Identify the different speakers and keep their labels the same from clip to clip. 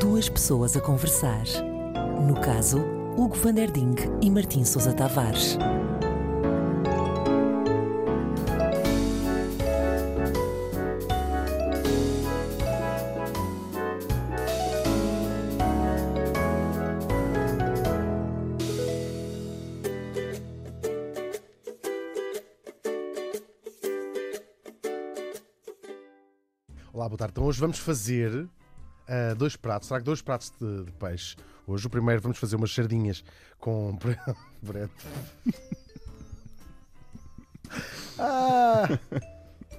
Speaker 1: duas pessoas a conversar. No caso, Hugo van der Ding e Martim Sousa Tavares.
Speaker 2: Olá, boa tarde. Então hoje vamos fazer ah, dois pratos. Trago dois pratos de, de peixe. Hoje o primeiro vamos fazer umas sardinhas com bre- brete. Ah!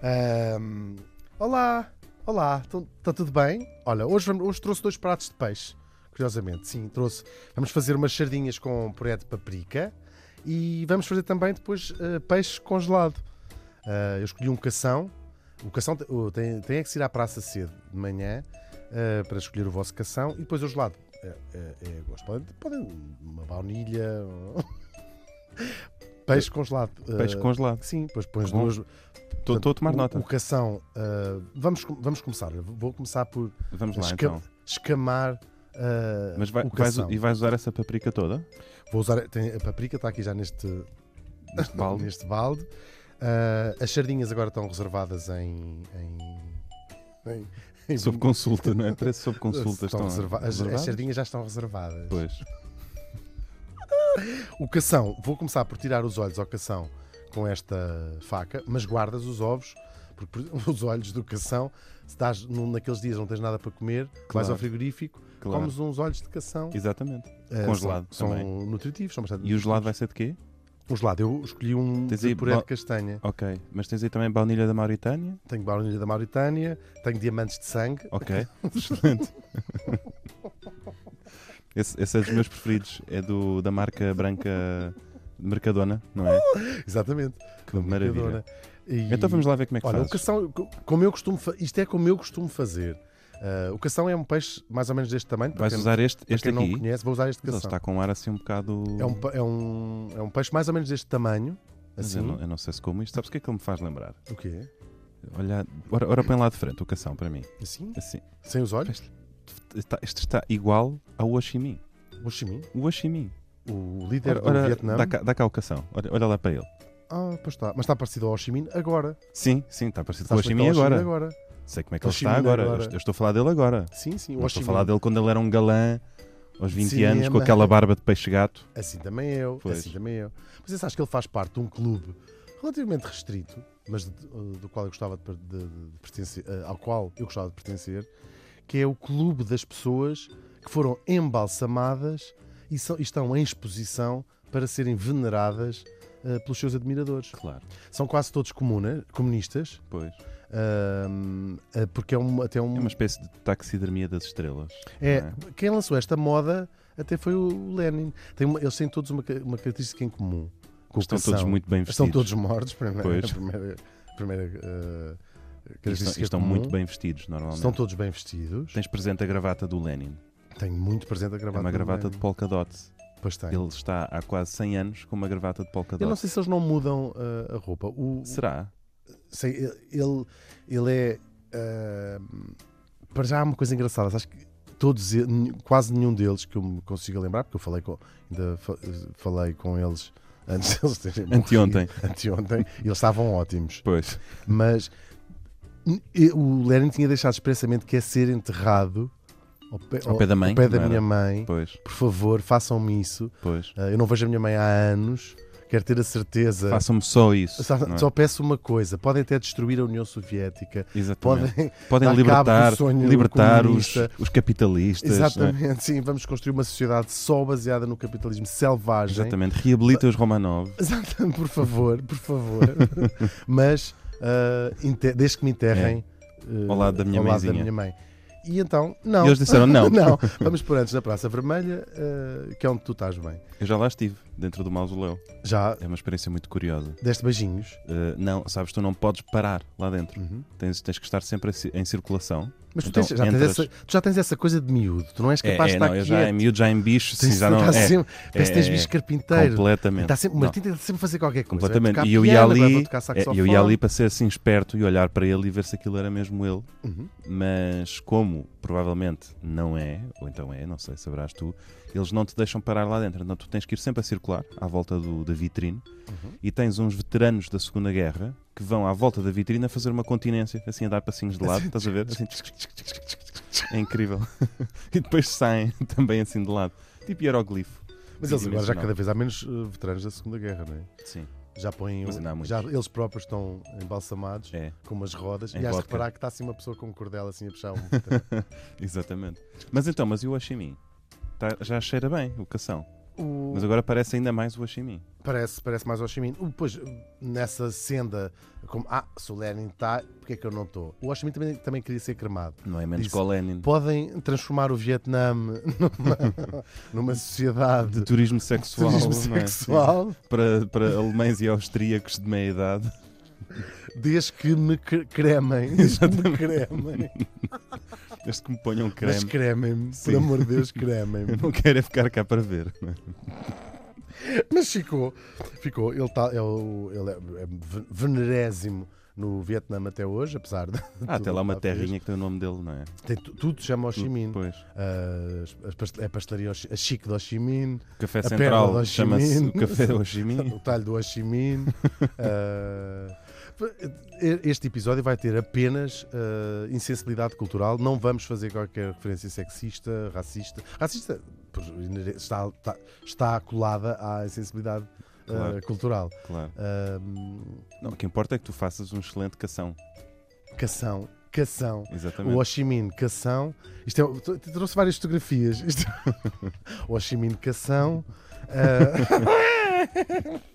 Speaker 2: Ahm, olá, olá, está tudo bem? Olha, hoje, vamos- hoje trouxe dois pratos de peixe, curiosamente, sim, trouxe. Vamos fazer umas sardinhas com puré de paprika e vamos fazer também depois ah, peixe congelado. Ah, eu escolhi um cação, o cação te- o- tem, tem é que se ir à praça cedo de manhã ah, para escolher o vosso cação e depois o gelado. É, é, é gosto. Podem, podem uma baunilha, peixe congelado.
Speaker 3: Peixe
Speaker 2: ah,
Speaker 3: congelado.
Speaker 2: Sim, depois pões
Speaker 3: Tá Bom.
Speaker 2: duas,
Speaker 3: Estou a tomar
Speaker 2: o,
Speaker 3: nota.
Speaker 2: O cação, ah, vamos, com- vamos começar. Eu Vou começar por
Speaker 3: Vamos lá
Speaker 2: esca-
Speaker 3: então.
Speaker 2: escamar ah,
Speaker 3: Mas vai,
Speaker 2: o
Speaker 3: vais-
Speaker 2: cação.
Speaker 3: e vais usar essa paprika toda?
Speaker 2: Vou usar, tem- a paprika está aqui já neste
Speaker 3: Neste balde?
Speaker 2: neste balde. Ah, as sardinhas agora estão reservadas em... em, em- em-
Speaker 3: Sob consulta, não é? Parece sob
Speaker 2: estão
Speaker 3: consulta. Estão
Speaker 2: reserva- as, as
Speaker 3: reservadas?
Speaker 2: sardinhas já estão reservadas.
Speaker 3: Pois.
Speaker 2: O cação, vou começar por tirar os olhos ao cação com esta faca, mas guardas os ovos, porque por- os olhos do cação, se estás num- naqueles dias não tens nada para comer, vais
Speaker 3: Claro.
Speaker 2: ao frigorífico,
Speaker 3: Claro.
Speaker 2: comes uns olhos de cação.
Speaker 3: Exatamente.
Speaker 2: eh,
Speaker 3: Congelado
Speaker 2: são,
Speaker 3: também.
Speaker 2: são nutritivos, são bastante.
Speaker 3: E o gelado vai ser de quê?
Speaker 2: Um gelado, eu escolhi um
Speaker 3: Tens
Speaker 2: de
Speaker 3: aí
Speaker 2: puré
Speaker 3: ba-
Speaker 2: de castanha.
Speaker 3: Ok. Mas tens aí também baunilha da Mauritânia?
Speaker 2: Tenho baunilha da Mauritânia, tenho diamantes de sangue.
Speaker 3: Ok. Excelente. Esse, esse é dos meus preferidos. É do, da marca branca de Mercadona, não é?
Speaker 2: Exatamente.
Speaker 3: Que maravilha.
Speaker 2: Mercadona. E-
Speaker 3: Então vamos lá ver como é que
Speaker 2: Olha, o
Speaker 3: fazes.
Speaker 2: cação, co- como eu costumo, fa- isto é como eu costumo fazer. Ah, o cação é um peixe mais ou menos deste tamanho. para
Speaker 3: Vais
Speaker 2: quem-
Speaker 3: usar este,
Speaker 2: Para
Speaker 3: este
Speaker 2: quem
Speaker 3: aqui?
Speaker 2: não conhece, vou usar este
Speaker 3: Mas Ele
Speaker 2: cação.
Speaker 3: está com um ar assim um bocado...
Speaker 2: É, um, pe- é, um, é um peixe mais ou menos deste tamanho.
Speaker 3: Mas é
Speaker 2: Assim.
Speaker 3: eu não, eu não sei se como isto. Sabes o que é que ele me faz lembrar?
Speaker 2: O quê?
Speaker 3: Olha, ora, ora põe lá de frente o cação para mim.
Speaker 2: Assim?
Speaker 3: Assim,
Speaker 2: Sem os olhos?
Speaker 3: está, isto está igual ao Oshimi.
Speaker 2: O Chimin,
Speaker 3: O Oshimi.
Speaker 2: o líder
Speaker 3: Ora, ora,
Speaker 2: do Vietnã.
Speaker 3: dá, cá, dá cá o cação. Olha, olha lá para ele.
Speaker 2: Ah, pois está. Mas está parecido ao Ho Chi Minh agora. é
Speaker 3: Sim, sim, está parecido
Speaker 2: Está
Speaker 3: com o
Speaker 2: feito
Speaker 3: Oshimi
Speaker 2: ao Ho Chi Minh
Speaker 3: agora. Sei como é que
Speaker 2: O
Speaker 3: ele está
Speaker 2: Oshimi
Speaker 3: agora.
Speaker 2: agora.
Speaker 3: Eu, eu estou a falar dele agora.
Speaker 2: Sim, sim. O
Speaker 3: Não
Speaker 2: Ho
Speaker 3: estou
Speaker 2: Chi
Speaker 3: a falar
Speaker 2: Minh.
Speaker 3: dele quando ele era um galã aos 20
Speaker 2: Cinema.
Speaker 3: anos, com aquela barba de peixe gato.
Speaker 2: Assim também eu.
Speaker 3: Pois.
Speaker 2: Assim também eu. Mas eu acho que ele faz parte de um clube relativamente restrito, mas de- eh, do, qual eu gostava de, per- de- de pertencer, eh, ao qual eu gostava de pertencer, que é o clube das pessoas que foram embalsamadas e, são- e estão em exposição para serem veneradas eh, pelos seus admiradores.
Speaker 3: Claro.
Speaker 2: São quase todos comuna, comunistas,
Speaker 3: Pois.
Speaker 2: ahm, eh, porque é um, até um.
Speaker 3: É uma espécie de taxidermia das estrelas.
Speaker 2: É,
Speaker 3: não é?
Speaker 2: quem lançou esta moda até foi o Lenin. Tem uma- eles têm todos uma, ca- uma característica em comum. Com o
Speaker 3: Estão
Speaker 2: cação.
Speaker 3: todos muito bem vestidos.
Speaker 2: Estão todos mortos, primeira,
Speaker 3: Pois.
Speaker 2: a primeira, a primeira eh,
Speaker 3: E
Speaker 2: característica
Speaker 3: estão, e estão
Speaker 2: comum.
Speaker 3: muito bem vestidos, normalmente.
Speaker 2: Estão todos bem vestidos.
Speaker 3: Tens presente a gravata do Lenin.
Speaker 2: Tenho muito presente a
Speaker 3: É
Speaker 2: gravata.
Speaker 3: uma
Speaker 2: do
Speaker 3: gravata
Speaker 2: Lenin.
Speaker 3: de polka dot.
Speaker 2: Pois tem.
Speaker 3: Ele está há quase 100 anos com uma gravata de polka
Speaker 2: Eu não
Speaker 3: dot.
Speaker 2: sei se eles não mudam eh, a roupa. O,
Speaker 3: Será?
Speaker 2: sei, ele, ele é. ah, para já há uma coisa engraçada, acho que todos, e- nenhum- quase nenhum deles que eu me consiga lembrar, porque eu falei com, ainda fa- falei com eles antes deles terem morrido,
Speaker 3: Anteontem.
Speaker 2: anteontem, e eles estavam ótimos.
Speaker 3: Pois.
Speaker 2: Mas n- e- o Lenin tinha deixado expressamente que é ser enterrado ao pé,
Speaker 3: Ao pé da mãe,
Speaker 2: pé da
Speaker 3: não era?
Speaker 2: minha mãe.
Speaker 3: Pois,
Speaker 2: Por favor, façam-me isso.
Speaker 3: pois.
Speaker 2: Ah, eu não vejo a minha mãe há anos, quero ter a certeza.
Speaker 3: Façam-me só isso.
Speaker 2: Eh, Só,
Speaker 3: não é?
Speaker 2: só peço uma coisa: podem até destruir a União Soviética,
Speaker 3: Exatamente.
Speaker 2: podem.
Speaker 3: Podem
Speaker 2: dar cabo
Speaker 3: libertar,
Speaker 2: do sonho
Speaker 3: libertar os,
Speaker 2: comunista.
Speaker 3: os capitalistas. não é?
Speaker 2: Exatamente, sim, vamos construir uma sociedade só baseada no capitalismo selvagem.
Speaker 3: Exatamente. Reabilita os Romanov.
Speaker 2: Exatamente, por favor, por favor. Mas ah, inte- desde que me enterrem eh,
Speaker 3: É. Ao lado da minha
Speaker 2: ao lado da
Speaker 3: mãezinha.
Speaker 2: minha mãe. E então, não.
Speaker 3: E eles disseram não.
Speaker 2: Não, vamos por antes na Praça Vermelha, ah, que é onde tu estás bem.
Speaker 3: Eu já lá estive, dentro do mausoléu.
Speaker 2: Já
Speaker 3: É uma experiência muito curiosa. Eh,
Speaker 2: deste beijinhos.
Speaker 3: Uh, não, sabes, tu não podes parar lá dentro.
Speaker 2: Uhum.
Speaker 3: Tens, tens que estar sempre a ci- em circulação.
Speaker 2: Mas tu,
Speaker 3: Então,
Speaker 2: tens- já tens
Speaker 3: entras.
Speaker 2: essa, tu já tens essa coisa de miúdo, tu não és
Speaker 3: É,
Speaker 2: capaz
Speaker 3: é,
Speaker 2: de estar
Speaker 3: não, eu
Speaker 2: quieto.
Speaker 3: já em miúdo, já em bicho, sim,
Speaker 2: Tens-
Speaker 3: já não.
Speaker 2: estás
Speaker 3: é,
Speaker 2: sempre- parece que tens
Speaker 3: é,
Speaker 2: bicho carpinteiro.
Speaker 3: Completamente.
Speaker 2: Está sempre, o
Speaker 3: Não,
Speaker 2: Martim tenta sempre fazer qualquer coisa. vai
Speaker 3: completamente.
Speaker 2: é, tocar
Speaker 3: E eu ia
Speaker 2: piano, agora vou
Speaker 3: ali,
Speaker 2: tocar
Speaker 3: é,
Speaker 2: saxofone.
Speaker 3: eu ia ali para ser assim esperto e olhar para ele e ver se aquilo era mesmo ele.
Speaker 2: Uhum.
Speaker 3: Mas como provavelmente não é, ou então é, não sei, saberás tu, eles não te deixam parar lá dentro. Então tu tens que ir sempre a circular à volta do- da vitrine
Speaker 2: Uhum.
Speaker 3: e tens uns veteranos da Segunda Guerra que vão à volta da vitrine a fazer uma continência, assim a dar passinhos de lado, estás a ver? Assim, tchic, tchic, tchic, tchic, tchic, tchic, tchic. é incrível. e depois saem também assim de lado, tipo hieroglifo.
Speaker 2: Mas eles agora já
Speaker 3: Tridimensional.
Speaker 2: cada vez há menos eh, veteranos da Segunda Guerra, não é?
Speaker 3: Sim,
Speaker 2: Já põem. um,
Speaker 3: Mas ainda há muitos.
Speaker 2: Já, eles próprios estão embalsamados
Speaker 3: é,
Speaker 2: com umas rodas e
Speaker 3: Em
Speaker 2: has de
Speaker 3: vodka.
Speaker 2: reparar que está assim uma pessoa com um cordel assim a puxar um. veterano.
Speaker 3: exatamente. Mas então, mas e o Ashimi? Tá- já cheira bem o cação,
Speaker 2: O-
Speaker 3: mas agora parece ainda mais o Ashimi.
Speaker 2: Parece, parece mais ao Oshimin. O- Pois, nessa senda, como ah, se o Lenin está, porque é que eu não estou? O Oshimin também, também queria ser cremado.
Speaker 3: Não é menos
Speaker 2: Isso.
Speaker 3: que o Lenin.
Speaker 2: Podem transformar o Vietnã numa, numa sociedade
Speaker 3: de turismo
Speaker 2: de
Speaker 3: sexual,
Speaker 2: turismo
Speaker 3: não é?
Speaker 2: sexual,
Speaker 3: Sim. para, para alemães e austríacos de meia idade.
Speaker 2: desde que me cre- cremem. Desde que me cremem.
Speaker 3: Desde que me ponham creme.
Speaker 2: Mas cremem-me,
Speaker 3: Sim.
Speaker 2: por amor de Deus,
Speaker 3: Eu
Speaker 2: cremem-me.
Speaker 3: não quero é ficar cá para ver.
Speaker 2: Mas ficou, ficou. Ele, tá, é o- ele é, é ve- venerésimo no Vietnã até hoje, apesar de.
Speaker 3: Ah, até
Speaker 2: tudo
Speaker 3: lá
Speaker 2: o que
Speaker 3: uma
Speaker 2: fez.
Speaker 3: terrinha Hum, que tem o nome dele, não é?
Speaker 2: Tem tu- tudo se chama Ho Chi Minh.
Speaker 3: Pois.
Speaker 2: Ah, as past- a pastelaria Ho Chi- a chique do Ho Chi Minh,
Speaker 3: O Café
Speaker 2: perna do
Speaker 3: É Central
Speaker 2: Ho Chi
Speaker 3: chama-se
Speaker 2: Minh.
Speaker 3: o Café do Ho Chi Minh.
Speaker 2: o talho do Ho Chi Minh. Ah, eh, este episódio vai ter apenas ah, insensibilidade cultural. Não vamos fazer qualquer referência sexista, racista. Racista por inere- está, está, está colada à insensibilidade ah,
Speaker 3: Claro.
Speaker 2: cultural.
Speaker 3: Claro.
Speaker 2: Ah,
Speaker 3: Não, o que importa é que tu faças um excelente cação.
Speaker 2: cação, cação. O
Speaker 3: Exatamente.
Speaker 2: Oshimin Cação. Isto é, tro- trouxe várias fotografias. Isto... o Oshimin Cação. ah.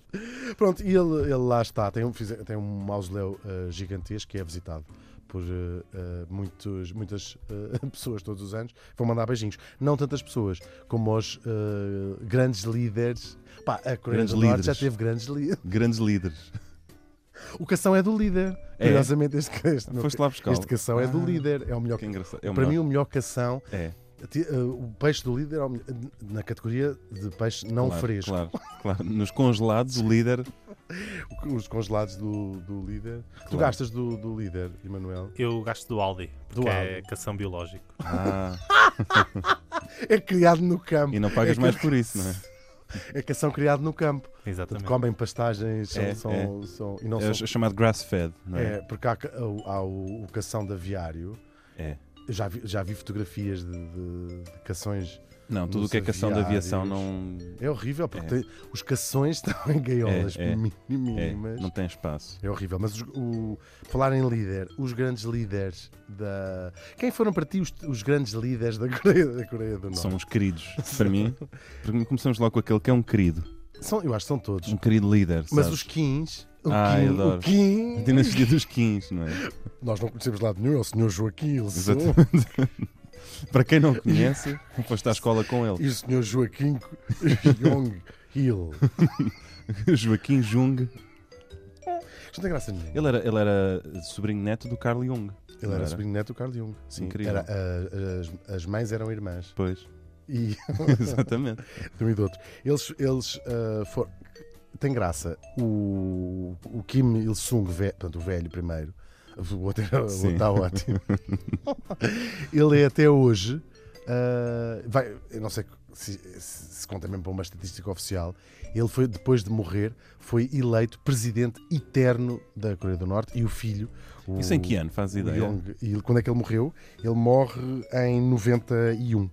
Speaker 2: Pronto, e ele, ele lá está. Tem um, fize- tem um mausoléu ah, gigantesco que é visitado por ah, ah, muitos, muitas ah, pessoas todos os anos. Vão mandar beijinhos. Não tantas pessoas como os ah, grandes líderes. Pá, a Coreia
Speaker 3: Grandes
Speaker 2: do Norte
Speaker 3: líderes.
Speaker 2: já teve grandes líderes.
Speaker 3: Grandes líderes.
Speaker 2: O Cação é do líder.
Speaker 3: É.
Speaker 2: Curiosamente, este, este,
Speaker 3: Foste lá buscar.
Speaker 2: este Cação é do
Speaker 3: Ah,
Speaker 2: líder. É o melhor.
Speaker 3: Que engraçado. É o
Speaker 2: Para mim,
Speaker 3: melhor.
Speaker 2: o melhor Cação
Speaker 3: É,
Speaker 2: Ti- eh, O peixe do líder é o melhor- na categoria de peixe não
Speaker 3: claro,
Speaker 2: fresco.
Speaker 3: Claro, claro. Nos congelados, o líder.
Speaker 2: Os congelados do, do líder. Tu
Speaker 3: Claro.
Speaker 2: gastas do, do líder, Emanuel?
Speaker 4: Eu gasto do Aldi, porque
Speaker 2: Do
Speaker 4: é
Speaker 2: Aldi.
Speaker 4: cação biológico.
Speaker 3: Ah,
Speaker 2: É criado no campo.
Speaker 3: e não pagas
Speaker 2: É
Speaker 3: mais por isso, não é?
Speaker 2: É cação criado no campo. Portanto,
Speaker 4: Exatamente.
Speaker 2: comem pastagens são,
Speaker 3: É,
Speaker 2: são- são- e não
Speaker 3: É
Speaker 2: são.
Speaker 3: ch- chamado grass-fed, não
Speaker 2: É, porque há, ca- há, o, o cação de aviário.
Speaker 3: É.
Speaker 2: Eu já vi, já vi fotografias de, de, de cações.
Speaker 3: Não, tudo
Speaker 2: Nos
Speaker 3: o que é cação de aviação
Speaker 2: aviários.
Speaker 3: não.
Speaker 2: É horrível, porque
Speaker 3: É.
Speaker 2: tem- os cações estão em gaiolas
Speaker 3: É, é.
Speaker 2: mí-
Speaker 3: É,
Speaker 2: mínimas.
Speaker 3: não tem espaço.
Speaker 2: É horrível, mas os, o, falar em líder, os grandes líderes da. Quem foram para ti os, os grandes líderes da Coreia, da Coreia do Norte?
Speaker 3: São uns queridos. Para mim, para mim, começamos logo com aquele que é um querido.
Speaker 2: São- eu acho que são todos.
Speaker 3: Um querido líder.
Speaker 2: Mas
Speaker 3: sabes?
Speaker 2: os Kins. O
Speaker 3: Ah,
Speaker 2: Kim,
Speaker 3: eu adoro.
Speaker 2: o Kim-
Speaker 3: A Dinastia dos Kings, não é?
Speaker 2: Nós não conhecemos lá de nenhum, é o Sr. Joaquim, o senhor-
Speaker 3: Exatamente. Para quem não conhece, foste à escola com ele.
Speaker 2: e o Sr. Joaquim Young Hill.
Speaker 3: Joaquim Jung.
Speaker 2: Isto não tem graça nenhuma.
Speaker 3: Ele era, ele era sobrinho neto do Carl Jung.
Speaker 2: Ele era, sobrinho neto do Carl Jung. Sim,
Speaker 3: Incrível.
Speaker 2: era, ah, as, as mães eram irmãs.
Speaker 3: Pois,
Speaker 2: E
Speaker 3: exatamente.
Speaker 2: de um e do outro. Eles, eles ah, for- Tem graça. O, o Kim Il-sung, ve- portanto, o velho primeiro, o outro era- o outro
Speaker 3: Sim.
Speaker 2: está ótimo. Ele é até hoje. ah, vai, eu não sei se, se- se conta mesmo para uma estatística oficial. Ele foi, depois de morrer, foi eleito presidente eterno da Coreia do Norte e o filho. O,
Speaker 3: Isso em que ano? Faz
Speaker 2: o
Speaker 3: ideia.
Speaker 2: Yong, e ele- quando é que ele morreu? Ele morre em 91.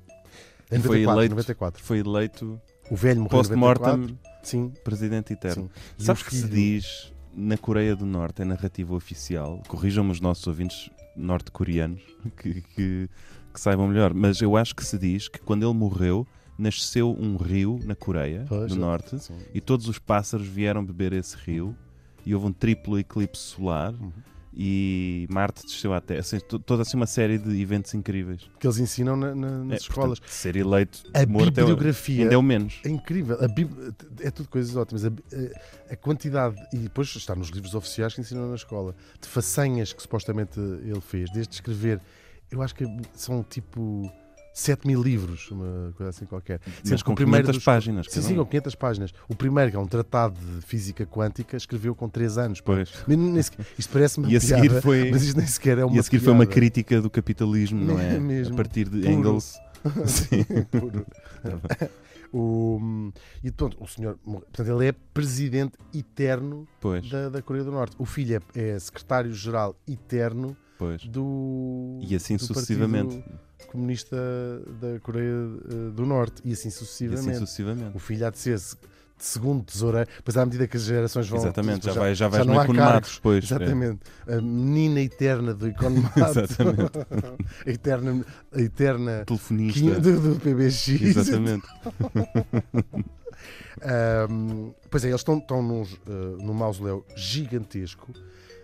Speaker 2: Em
Speaker 3: E foi
Speaker 2: 94,
Speaker 3: eleito-
Speaker 2: 94.
Speaker 3: Foi eleito
Speaker 2: O velho morreu em 94.
Speaker 3: post-mortem
Speaker 2: Sim.
Speaker 3: presidente eterno.
Speaker 2: sim. E
Speaker 3: Sabes
Speaker 2: o
Speaker 3: que se
Speaker 2: filho-
Speaker 3: diz na Coreia do Norte, é narrativa oficial, corrijam-me os nossos ouvintes norte-coreanos que, que- que saibam melhor, mas eu acho que se diz que quando ele morreu nasceu um rio na Coreia
Speaker 2: Pois,
Speaker 3: do
Speaker 2: é.
Speaker 3: Norte
Speaker 2: Sim.
Speaker 3: e todos os pássaros vieram beber esse rio e houve um triplo eclipse solar
Speaker 2: Uhum.
Speaker 3: e Marte desceu à Terra. Assim, to- toda assim uma série de eventos incríveis.
Speaker 2: Que eles ensinam na- na-
Speaker 3: É,
Speaker 2: nas escolas.
Speaker 3: portanto, ser eleito
Speaker 2: A
Speaker 3: morto é o-
Speaker 2: bibliografia
Speaker 3: ainda é o menos.
Speaker 2: é incrível. A bib- É tudo coisas ótimas. A, bi- a- a quantidade, e depois está nos livros oficiais que ensinam na escola, de façanhas que supostamente ele fez, desde escrever eu acho que são tipo 7 mil livros, uma coisa assim qualquer. Sendo
Speaker 3: Mas
Speaker 2: que o
Speaker 3: com
Speaker 2: primeiro
Speaker 3: 500
Speaker 2: dos-
Speaker 3: páginas.
Speaker 2: Sim,
Speaker 3: cada
Speaker 2: sim,
Speaker 3: um.
Speaker 2: com 500 páginas. O primeiro, que é um tratado de física quântica, escreveu com 3 anos. pá.
Speaker 3: Pois.
Speaker 2: Mas nem sequer- Isto parece-me uma
Speaker 3: E a
Speaker 2: piada,
Speaker 3: seguir foi-
Speaker 2: mas isto nem sequer é uma
Speaker 3: E a seguir foi uma
Speaker 2: piada.
Speaker 3: crítica do capitalismo, não é?
Speaker 2: Mesmo.
Speaker 3: A partir de
Speaker 2: Puro.
Speaker 3: Engels. Sim.
Speaker 2: Puro. o, e pronto, o senhor, portanto, ele é presidente eterno
Speaker 3: Pois,
Speaker 2: da, da Coreia do Norte. O filho é, é secretário-geral eterno
Speaker 3: pois. assim
Speaker 2: do.
Speaker 3: E assim
Speaker 2: do
Speaker 3: sucessivamente.
Speaker 2: Partido Comunista da Coreia eh, do Norte. E assim
Speaker 3: E
Speaker 2: sucessivamente.
Speaker 3: assim sucessivamente.
Speaker 2: O filho há de ser se- segundo tesoureiro, pois à medida que as gerações vão.
Speaker 3: Exatamente, já, vai, já vais
Speaker 2: não
Speaker 3: no
Speaker 2: há
Speaker 3: economato
Speaker 2: cargos.
Speaker 3: depois. é.
Speaker 2: Exatamente. A menina eterna do economato.
Speaker 3: Exatamente.
Speaker 2: a eterna. A eterna
Speaker 3: É. Telefonista.
Speaker 2: quinha do, do PBX.
Speaker 3: Exatamente.
Speaker 2: Ahm, pois é, eles estão, estão num, num mausoléu gigantesco,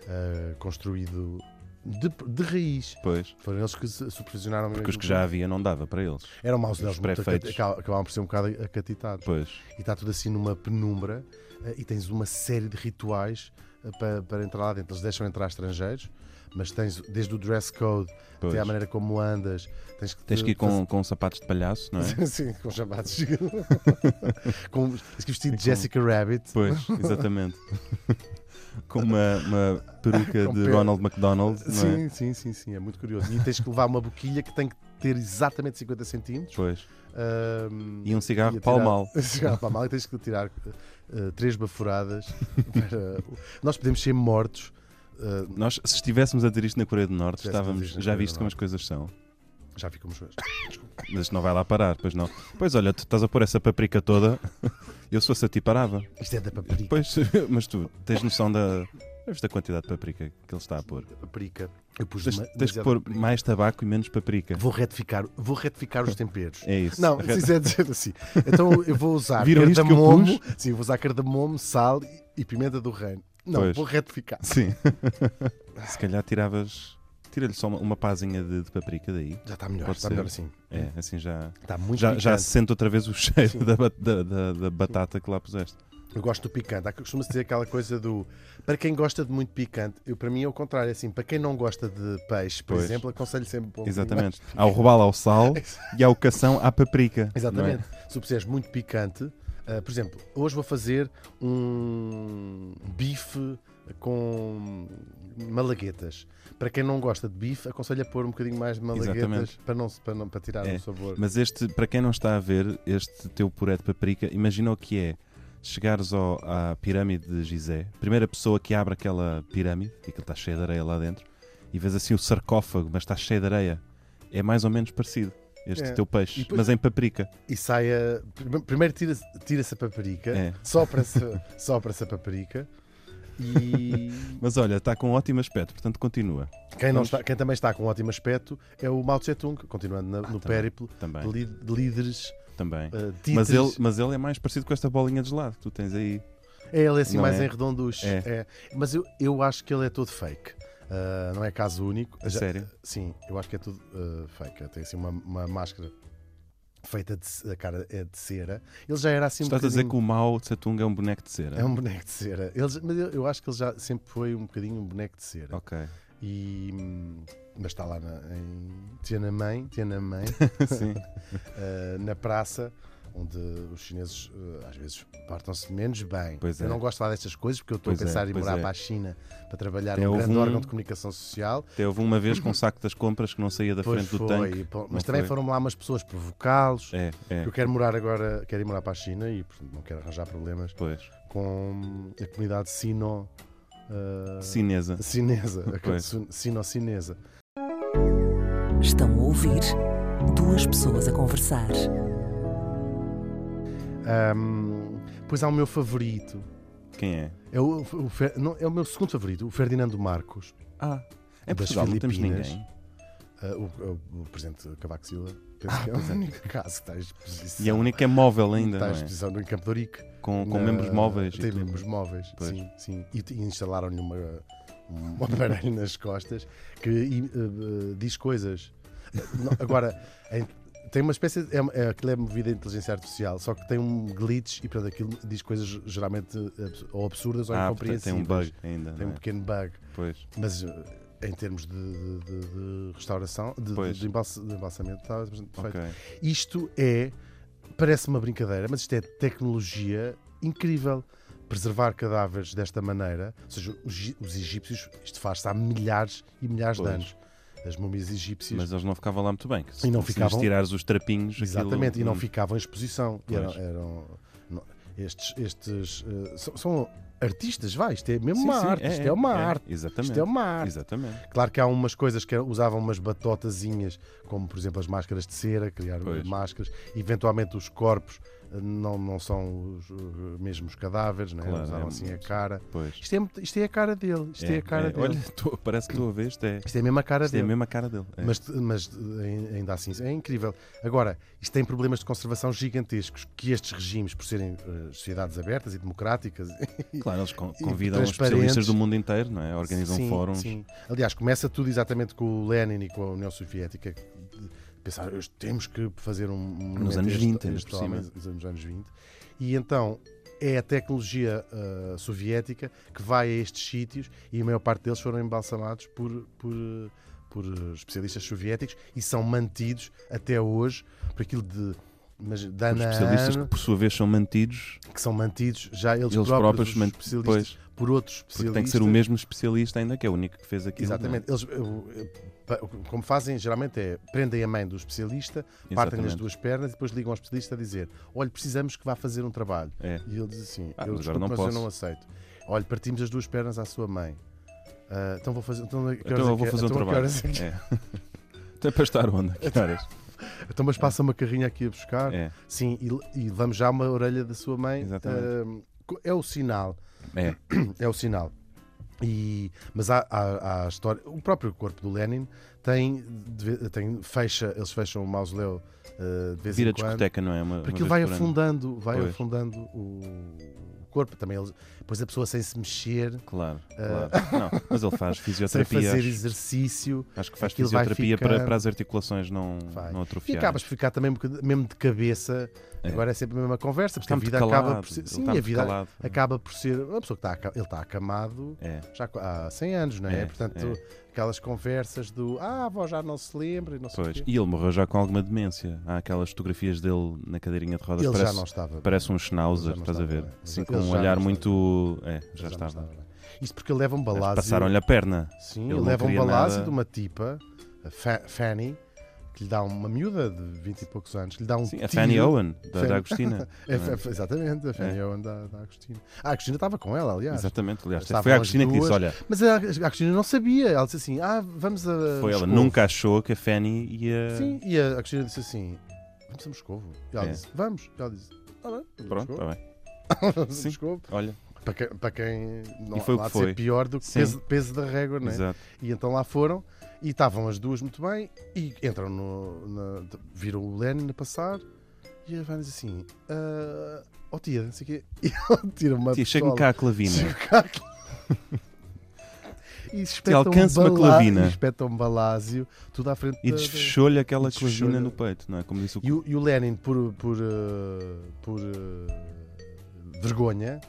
Speaker 2: ah, construído de, de raiz.
Speaker 3: Pois.
Speaker 2: Foram eles que se supervisionaram
Speaker 3: Porque
Speaker 2: mesmo.
Speaker 3: os que já havia não dava para eles.
Speaker 2: Eram mausoléus
Speaker 3: os
Speaker 2: muito
Speaker 3: pré-feitos.
Speaker 2: acati- acaba- acabavam por ser um bocado acatitados.
Speaker 3: Pois.
Speaker 2: E está tudo assim numa penumbra ah, e tens uma série de rituais ah, para, para entrar lá dentro. Eles deixam entrar estrangeiros, mas tens desde o dress code
Speaker 3: pois.
Speaker 2: até à maneira como andas. Tens que,
Speaker 3: Tens
Speaker 2: te
Speaker 3: que ir com, com sapatos de palhaço, não é?
Speaker 2: fazer- Sim, com chamados. com, tens que vestir de
Speaker 3: com-
Speaker 2: Jessica Rabbit.
Speaker 3: Pois, exatamente. com uma, uma peruca
Speaker 2: Com
Speaker 3: de
Speaker 2: pe-
Speaker 3: Ronald McDonald, não é?
Speaker 2: Sim, sim, sim, sim, é muito curioso. E tens que levar uma boquilha que tem que ter exatamente 50 centímetros.
Speaker 3: Pois.
Speaker 2: ahm,
Speaker 3: E um cigarro
Speaker 2: atirar-
Speaker 3: pau-mal.
Speaker 2: cigarro pau mal e tens que tirar eh, três baforadas. para- Nós podemos ser mortos. eh,
Speaker 3: Nós, se estivéssemos a ter isto na Coreia do Norte,
Speaker 2: Se estivéssemos a ter
Speaker 3: estávamos,
Speaker 2: isto na
Speaker 3: já
Speaker 2: Coreia
Speaker 3: viste
Speaker 2: do
Speaker 3: como as coisas são.
Speaker 2: já ficamos hoje.
Speaker 3: Mas não vai lá parar, pois não. Pois olha, tu estás a pôr essa paprika toda, eu se fosse a ti parava.
Speaker 2: Isto é da paprika.
Speaker 3: Pois, mas tu tens noção da, vês da quantidade de paprika que ele está a pôr.
Speaker 2: paprika. Eu pus
Speaker 3: Tens,
Speaker 2: ma-
Speaker 3: tens que
Speaker 2: demasiado
Speaker 3: pôr
Speaker 2: é paprika.
Speaker 3: mais tabaco e menos paprika.
Speaker 2: Vou retificar, vou retificar os temperos.
Speaker 3: É isso.
Speaker 2: Não, se é dizer assim. Então eu vou usar
Speaker 3: Viram isto que eu
Speaker 2: cardamomo, sim, vou usar cardamomo, sal e- e pimenta do reino. Não,
Speaker 3: Pois.
Speaker 2: vou retificar.
Speaker 3: Sim. se calhar tiravas. Tira-lhe só uma, uma pazinha de, de paprika daí.
Speaker 2: Já está melhor,
Speaker 3: Pode
Speaker 2: está
Speaker 3: ser.
Speaker 2: melhor assim.
Speaker 3: É, assim já.
Speaker 2: Está muito
Speaker 3: Já, já
Speaker 2: picante.
Speaker 3: se sente outra vez o cheiro da, ba- da- da- da batata que lá puseste.
Speaker 2: Eu gosto do picante. Há- Costuma-se dizer aquela coisa do. Para quem gosta de muito picante, eu, para mim é o contrário. Assim, para quem não gosta de peixe, por
Speaker 3: Pois.
Speaker 2: exemplo, aconselho sempre. um pouco
Speaker 3: Exatamente. Ao robalo ao sal e ao cação à paprika. é?
Speaker 2: mais. Exatamente. Se tu puseres muito picante, ah, por exemplo, hoje vou fazer um bife com malaguetas. Para quem não gosta de bife, aconselho a pôr um bocadinho mais de malaguetas
Speaker 3: Exatamente.
Speaker 2: para, não, se- para, não, para tirar
Speaker 3: É,
Speaker 2: o sabor.
Speaker 3: Mas este, para quem não está a ver, este teu puré de paprika, imagina o que é chegares ao, à pirâmide de Gizé, primeira pessoa que abre aquela pirâmide, e aquilo está cheio de areia lá dentro, e vês assim o sarcófago, mas está cheio de areia. É mais ou menos parecido este
Speaker 2: É.
Speaker 3: teu peixe,
Speaker 2: E depois-
Speaker 3: mas em paprika.
Speaker 2: E sai a. prime- Primeiro tira-se tira-se a paprika,
Speaker 3: É.
Speaker 2: sopra-se sopra-se a paprika. E
Speaker 3: Mas olha, está com um ótimo aspecto, portanto continua
Speaker 2: Quem, não
Speaker 3: Vamos-
Speaker 2: está- quem também está com um ótimo aspecto é o Mao Tse-Tung, continuando na- no
Speaker 3: Ah, também.
Speaker 2: périplo
Speaker 3: também.
Speaker 2: de, li- de líderes,
Speaker 3: também.
Speaker 2: uh,
Speaker 3: Mas
Speaker 2: títeres.
Speaker 3: ele, mas ele é mais parecido com esta bolinha de gelado que tu tens aí.
Speaker 2: É ele assim
Speaker 3: Não
Speaker 2: mais
Speaker 3: é?
Speaker 2: em redonducho.
Speaker 3: É.
Speaker 2: É. Mas eu, eu acho que ele é todo fake. Uh, não é caso único.
Speaker 3: A
Speaker 2: Já-
Speaker 3: sério?
Speaker 2: Sim, eu acho que é tudo uh, fake. Tem assim uma, uma máscara feita de ce- a cara é de cera. Ele já era assim um
Speaker 3: Estás a dizer que
Speaker 2: bocadinho-
Speaker 3: o Mao Tse-Tung é um boneco de cera?
Speaker 2: É um boneco de cera. Ele já- mas eu, eu acho que ele já sempre foi um bocadinho um boneco de cera.
Speaker 3: Ok.
Speaker 2: E, hum, mas está lá na, em Tiananmen, Tiananmen.
Speaker 3: Sim.
Speaker 2: uh, na praça, onde os chineses uh, às vezes partam-se menos bem.
Speaker 3: Pois
Speaker 2: eu
Speaker 3: é.
Speaker 2: não gosto lá destas coisas porque eu estou a
Speaker 3: Pois é,
Speaker 2: pensar em
Speaker 3: pois
Speaker 2: morar
Speaker 3: é.
Speaker 2: para a China para trabalhar
Speaker 3: Até
Speaker 2: num
Speaker 3: houve
Speaker 2: grande
Speaker 3: um-
Speaker 2: órgão de comunicação social.
Speaker 3: Até houve uma vez com um saco das compras que não saía da
Speaker 2: Pois
Speaker 3: frente do
Speaker 2: foi,
Speaker 3: tanque.
Speaker 2: e pô- mas
Speaker 3: não
Speaker 2: também
Speaker 3: foi?
Speaker 2: foram lá umas pessoas provocá-los.
Speaker 3: É, é.
Speaker 2: Eu quero morar agora, quero ir morar para a China e portanto, não quero arranjar problemas
Speaker 3: Pois.
Speaker 2: com a comunidade sino. uh,
Speaker 3: Cinesa.
Speaker 2: Cinesa, a
Speaker 3: Pois.
Speaker 2: su- sino-cinesa.
Speaker 1: Estão a ouvir duas pessoas a conversar.
Speaker 2: Ahm, pois há o meu favorito,
Speaker 3: Quem é?
Speaker 2: é o, o Fer- não, é o meu segundo favorito, o Ferdinando Marcos.
Speaker 3: Ah. Em
Speaker 2: Das
Speaker 3: Portugal não temos
Speaker 2: Filipinas.
Speaker 3: ninguém.
Speaker 2: Ah, o, o- o presidente Cavaco Silva penso que é o único caso que está em exposição.
Speaker 3: E a única é móvel ainda,
Speaker 2: Está
Speaker 3: não
Speaker 2: em
Speaker 3: é?
Speaker 2: exposição no Campo de Orique.
Speaker 3: Com, com
Speaker 2: Na-
Speaker 3: membros móveis. e
Speaker 2: Tem
Speaker 3: tudo. Ah,
Speaker 2: membros móveis,
Speaker 3: Pois.
Speaker 2: sim, sim. E, e instalaram-lhe uma, um aparelho nas costas que e, eh, eh, diz coisas. Eh, Não, agora, em- tem uma espécie. de- É, é, aquilo é movido a inteligência artificial, só que tem um glitch e pronto, aquilo diz coisas geralmente eh, abs- ou absurdas ou
Speaker 3: Ah, portanto, tem
Speaker 2: incompreensíveis.
Speaker 3: um bug ainda,
Speaker 2: Tem um
Speaker 3: não é?
Speaker 2: pequeno bug.
Speaker 3: Pois.
Speaker 2: Mas eh, em termos de, de- de- de restauração, de,
Speaker 3: Pois.
Speaker 2: de, de embalsa- de embalsamento, está bastante perfeito.
Speaker 3: Ok.
Speaker 2: Isto é, parece uma brincadeira, mas isto é tecnologia incrível. Preservar cadáveres desta maneira, ou seja, os, gi- os egípcios, isto faz-se há milhares e milhares
Speaker 3: Pois.
Speaker 2: de anos. As múmias egípcias.
Speaker 3: Mas eles não ficavam lá muito bem. que se,
Speaker 2: E não
Speaker 3: se lhes
Speaker 2: ficavam-
Speaker 3: tirares os trapinhos. aquilo-
Speaker 2: Exatamente, e não
Speaker 3: Hum,
Speaker 2: ficavam em exposição. E eram,
Speaker 3: Pois.
Speaker 2: eram- não, estes estes eh, são, são artistas, vai, isto é mesmo
Speaker 3: sim,
Speaker 2: uma
Speaker 3: sim,
Speaker 2: arte, isto é, uma arte.
Speaker 3: Exatamente.
Speaker 2: Isto é uma arte.
Speaker 3: Exatamente.
Speaker 2: Claro que há umas coisas que usavam umas batotazinhas, como por exemplo as máscaras de cera, criar
Speaker 3: Pois.
Speaker 2: máscaras. Eventualmente os corpos eh, não, não são os eh, mesmos cadáveres, né?
Speaker 3: Claro,
Speaker 2: usavam
Speaker 3: é
Speaker 2: assim a
Speaker 3: muito-
Speaker 2: cara.
Speaker 3: Pois.
Speaker 2: Isto é, muito- isto é a cara dele, isto é, a cara dele.
Speaker 3: Olha, tô- parece que estou a ver. Isto é,
Speaker 2: Isto é mesmo a cara
Speaker 3: isto é
Speaker 2: dele.
Speaker 3: mesmo a mesma cara dele. É.
Speaker 2: Mas, mas eh, ainda assim é incrível. Agora, isto tem problemas de conservação gigantescos que estes regimes, por serem eh, sociedades abertas e democráticas,
Speaker 3: claro, eles con-
Speaker 2: e
Speaker 3: convidam os
Speaker 2: transparentes.
Speaker 3: especialistas do mundo inteiro, não é? Organizam
Speaker 2: Sim,
Speaker 3: fóruns.
Speaker 2: sim. Aliás, começa tudo exatamente com o Lenin e com a União Soviética. que de- Pensar, "Hoje temos que fazer um. um monumento
Speaker 3: anos
Speaker 2: a
Speaker 3: 20,
Speaker 2: a
Speaker 3: ainda por cima.
Speaker 2: homem", Nos anos 20. E então é a tecnologia ah, soviética que vai a estes sítios e a maior parte deles foram embalsamados por. por eh, por eh, especialistas soviéticos e são mantidos até hoje por aquilo de, mas de
Speaker 3: Os
Speaker 2: ano a
Speaker 3: especialistas que,
Speaker 2: ano,
Speaker 3: por sua vez, são mantidos,
Speaker 2: que são mantidos já eles,
Speaker 3: eles
Speaker 2: próprios,
Speaker 3: próprios,
Speaker 2: os
Speaker 3: mantidos.
Speaker 2: especialistas,
Speaker 3: Pois,
Speaker 2: por outros
Speaker 3: porque
Speaker 2: especialistas.
Speaker 3: tem que ser o mesmo especialista, ainda que é o único que fez aquilo. não é?
Speaker 2: Exatamente. Eles, eu, eu, pa- como fazem, geralmente é prendem a mãe do especialista, partem as
Speaker 3: Exatamente.
Speaker 2: duas pernas e depois ligam ao especialista a dizer: Olha, precisamos que vá fazer um trabalho.
Speaker 3: É.
Speaker 2: E ele diz assim:
Speaker 3: Ah,
Speaker 2: eu,
Speaker 3: mas
Speaker 2: desculpe,
Speaker 3: agora não
Speaker 2: mas eu
Speaker 3: posso.
Speaker 2: não aceito. Olha, partimos as duas pernas à sua mãe. Ah, então vou fazer. Então, a que
Speaker 3: Então
Speaker 2: horas é
Speaker 3: eu vou
Speaker 2: que-
Speaker 3: fazer um
Speaker 2: então a que
Speaker 3: trabalho.
Speaker 2: horas é que-
Speaker 3: É. Até para estar onde? Que horas?
Speaker 2: Então, mas passa uma carrinha aqui a buscar.
Speaker 3: É,
Speaker 2: Sim, e, e vamos já uma orelha da sua mãe.
Speaker 3: Exatamente.
Speaker 2: Ah, co- é o sinal.
Speaker 3: é.
Speaker 2: é o sinal. E- mas há, há- há a história. O próprio corpo do Lenin tem, de- tem- fecha, eles fecham o mausoléu eh, de vez
Speaker 3: Vira
Speaker 2: em quando.
Speaker 3: discoteca, não é? Uma, uma
Speaker 2: Porque aquilo
Speaker 3: vez
Speaker 2: vai
Speaker 3: por ano.
Speaker 2: afundando, vai
Speaker 3: Pois.
Speaker 2: afundando o, o corpo também. Eles, depois a pessoa sem se mexer,
Speaker 3: Claro, claro. Não, mas ele faz
Speaker 2: sem
Speaker 3: fisioterapia.
Speaker 2: Eh, fazer
Speaker 3: Acho,
Speaker 2: exercício.
Speaker 3: acho que faz
Speaker 2: Aquilo vai
Speaker 3: fisioterapia para,
Speaker 2: ficando.
Speaker 3: para as articulações não,
Speaker 2: Vai.
Speaker 3: não
Speaker 2: E
Speaker 3: atrofiarem.
Speaker 2: acabas por ficar também um bocadinho- mesmo de cabeça.
Speaker 3: É.
Speaker 2: Agora é sempre a mesma conversa, porque
Speaker 3: Está
Speaker 2: a
Speaker 3: muito
Speaker 2: vida
Speaker 3: calado.
Speaker 2: acaba por ser. Sim,
Speaker 3: ele está
Speaker 2: a
Speaker 3: muito
Speaker 2: vida
Speaker 3: calado.
Speaker 2: acaba por ser. Uma pessoa que está, aca- ele está acamado
Speaker 3: É.
Speaker 2: já há 100 anos, não é?
Speaker 3: É,
Speaker 2: Portanto, aquelas conversas do ah, a avó já não se lembra e não sei o
Speaker 3: Pois.
Speaker 2: quê.
Speaker 3: E ele morreu já com alguma demência. Há aquelas fotografias dele na cadeirinha de rodas.
Speaker 2: Ele já
Speaker 3: parece,
Speaker 2: não estava.
Speaker 3: parece um
Speaker 2: Ele já
Speaker 3: schnauzer,
Speaker 2: não
Speaker 3: estás a
Speaker 2: estava
Speaker 3: ver?
Speaker 2: bem. Ele
Speaker 3: Assim,
Speaker 2: já-
Speaker 3: com
Speaker 2: ele
Speaker 3: um
Speaker 2: já
Speaker 3: olhar
Speaker 2: não
Speaker 3: muito. É, já
Speaker 2: não
Speaker 3: estava.
Speaker 2: bem. Isto porque ele leva um balásio.
Speaker 3: Passaram-lhe a perna.
Speaker 2: Sim,
Speaker 3: Ele
Speaker 2: ele
Speaker 3: não
Speaker 2: leva um
Speaker 3: queria
Speaker 2: balásio
Speaker 3: nada.
Speaker 2: de uma tipa, a Fa- Fanny, que lhe dá uma miúda de 20 e poucos anos, que lhe dá um
Speaker 3: Sim, a
Speaker 2: tiro.
Speaker 3: Fanny Owen, da,
Speaker 2: Fanny-
Speaker 3: da Agostina.
Speaker 2: É,
Speaker 3: não é?
Speaker 2: é, exatamente, a Fanny Owen da, da Agostina. A Agostina estava com ela, aliás.
Speaker 3: Exatamente, aliás.
Speaker 2: Estavam
Speaker 3: Foi a
Speaker 2: as
Speaker 3: Agostina que
Speaker 2: duas.
Speaker 3: disse: olha,
Speaker 2: Mas a Agostina não sabia. Ela disse assim: Ah, vamos a.
Speaker 3: foi ela,
Speaker 2: Moscou."
Speaker 3: nunca achou que a Fanny ia.
Speaker 2: Sim, e a Cristina disse assim: Vamos a Moscovo. E ela
Speaker 3: É.
Speaker 2: disse: Vamos. E ela disse: Tá bem, vamos a
Speaker 3: Pronto,
Speaker 2: Moscovo.
Speaker 3: está bem.
Speaker 2: Vamos a
Speaker 3: Sim.
Speaker 2: Moscovo.
Speaker 3: Olha,
Speaker 2: Para quem, para quem não
Speaker 3: E foi o
Speaker 2: há
Speaker 3: que
Speaker 2: de ser
Speaker 3: foi.
Speaker 2: pior do que
Speaker 3: Sim.
Speaker 2: peso, peso da régua, não é?
Speaker 3: exato.
Speaker 2: E então lá foram e estavam as duas muito bem e entram no. na- viram o Lenin a passar e a Vânia diz assim: "Ah, Oh tia, não sei o quê. E ele tira uma
Speaker 3: Tia,
Speaker 2: pistola.
Speaker 3: um chega-me cá a clavina.
Speaker 2: Chega-me cá. E espeta um
Speaker 3: alcança uma
Speaker 2: balá-
Speaker 3: clavina.
Speaker 2: e Espeta um balásio, tudo à frente
Speaker 3: E
Speaker 2: da- da-
Speaker 3: desfechou-lhe
Speaker 2: E
Speaker 3: aquela
Speaker 2: desfechou-lhe.
Speaker 3: clavina no peito, não é? Como disse o.
Speaker 2: E o, e o Lenin, por, por, eh, por, eh, vergonha,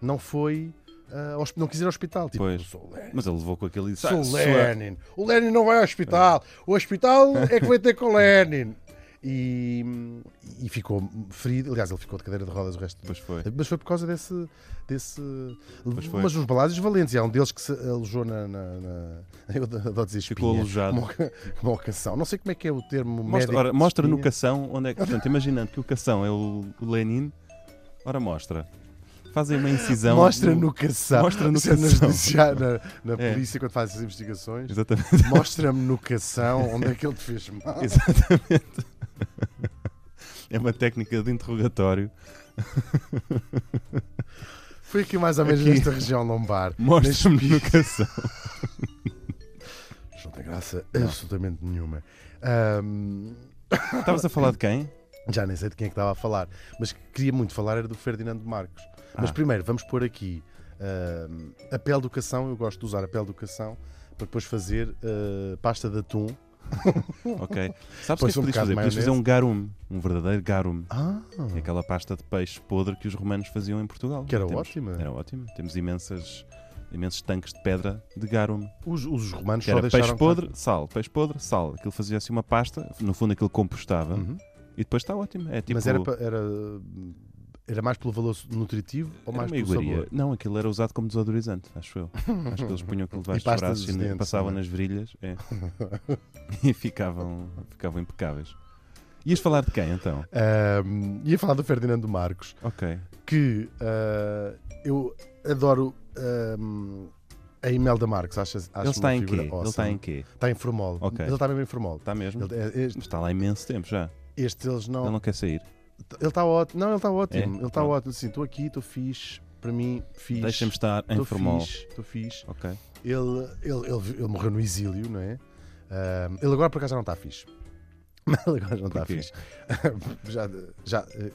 Speaker 2: não foi. eh, ao hosp- não quis ir ao hospital. Tipo,
Speaker 3: Pois.
Speaker 2: sou o Lenin.
Speaker 3: Mas ele levou com aquele e disse:
Speaker 2: sou
Speaker 3: "Ah,
Speaker 2: o
Speaker 3: sua-
Speaker 2: Lenin. O Lenin não vai ao hospital. O hospital é que vai ter com o Lenin. E, e ficou ferido. Aliás, ele ficou de cadeira de rodas o resto do
Speaker 3: Pois foi.
Speaker 2: mas foi por causa desse. desse
Speaker 3: Pois foi.
Speaker 2: Mas uns balásios valentes. E há um deles que se alojou na. na, na... Eu adoro dizer
Speaker 3: Ficou
Speaker 2: espinha,
Speaker 3: alojado.
Speaker 2: Uma, oca- uma ocasião. Não sei como é que é o termo
Speaker 3: Mostra,
Speaker 2: médico.
Speaker 3: ora,
Speaker 2: de
Speaker 3: mostra no
Speaker 2: espinha.
Speaker 3: cação onde é que. Portanto, imaginando que o cação é o o Lenin, ora mostra. Fazem uma incisão.
Speaker 2: Mostra no cação.
Speaker 3: Mostra no
Speaker 2: Isso é nos
Speaker 3: cação.
Speaker 2: judiciário, na, na
Speaker 3: É.
Speaker 2: polícia, quando faz as investigações,
Speaker 3: Exatamente.
Speaker 2: mostra-me no cação onde é que ele te fez mal.
Speaker 3: Exatamente. É uma técnica de interrogatório.
Speaker 2: Foi aqui mais ou menos
Speaker 3: Aqui.
Speaker 2: nesta região lombar.
Speaker 3: Mostra-me no cação.
Speaker 2: Mas Não tem graça absolutamente nenhuma. Ahm,
Speaker 3: Estavas a falar de quem?
Speaker 2: já nem sei de quem é que estava a falar, mas queria muito falar era do Ferdinando Marcos. Mas
Speaker 3: Ah.
Speaker 2: primeiro, vamos pôr aqui ahm, a pele do cação. Eu gosto de usar a pele do cação para depois fazer ah, pasta de atum.
Speaker 3: Ok. Sabes o que é
Speaker 2: Pois
Speaker 3: que
Speaker 2: um bocado de
Speaker 3: podias fazer? Podias fazer
Speaker 2: maionese.
Speaker 3: um garume. Um verdadeiro garume.
Speaker 2: Ah,
Speaker 3: É aquela pasta de peixe podre que os romanos faziam em Portugal.
Speaker 2: que era né?
Speaker 3: Temos-
Speaker 2: ótima.
Speaker 3: Era ótimo. Temos imensas imensos tanques de pedra de garum.
Speaker 2: Os, os romanos
Speaker 3: Que
Speaker 2: só
Speaker 3: era
Speaker 2: deixaram...
Speaker 3: peixe podre, sal, peixe podre, sal. Aquilo fazia assim uma pasta, no fundo aquilo compostava
Speaker 2: Uhum.
Speaker 3: e depois está ótimo. É tipo
Speaker 2: Mas era, pa- era, era mais pelo valor nutritivo ou
Speaker 3: era
Speaker 2: mais
Speaker 3: uma
Speaker 2: pelo
Speaker 3: iguaria.
Speaker 2: sabor?
Speaker 3: Não, aquilo era usado como desodorizante, acho eu. Acho que eles punham aquilo
Speaker 2: E
Speaker 3: debaixo dos
Speaker 2: pasta
Speaker 3: braços e
Speaker 2: dos
Speaker 3: ne-
Speaker 2: dentes,
Speaker 3: passavam
Speaker 2: não é?
Speaker 3: nas virilhas é. e ficavam, ficavam impecáveis. Ias falar de quem então?
Speaker 2: Ahm, ia falar do Ferdinando Marcos.
Speaker 3: Ok.
Speaker 2: que ah, eu adoro ahm, a Imelda Marques. Acho, acho
Speaker 3: Ele está
Speaker 2: uma
Speaker 3: em quê?
Speaker 2: figura
Speaker 3: Ele está
Speaker 2: awesome.
Speaker 3: em quê?
Speaker 2: Está em Formol.
Speaker 3: Ok.
Speaker 2: Ele está mesmo em Formol.
Speaker 3: Está mesmo?
Speaker 2: Ele, é- este,
Speaker 3: Está lá há imenso tempo já.
Speaker 2: este eles não.
Speaker 3: Ele não quer sair.
Speaker 2: Ele está ótimo. Não, ele está ótimo.
Speaker 3: É?
Speaker 2: Ele está
Speaker 3: Pronto.
Speaker 2: ótimo. Assim, estou aqui, estou fixe. Para mim, fixe.
Speaker 3: Deixa-me estar em
Speaker 2: Estou
Speaker 3: formal.
Speaker 2: fixe. Estou fixe.
Speaker 3: Ok.
Speaker 2: Ele, ele, ele, ele morreu no exílio, não é? Ahm, ele agora por acaso já não está fixe. Mas ele agora já não está
Speaker 3: Porquê?
Speaker 2: fixe. já. já eh,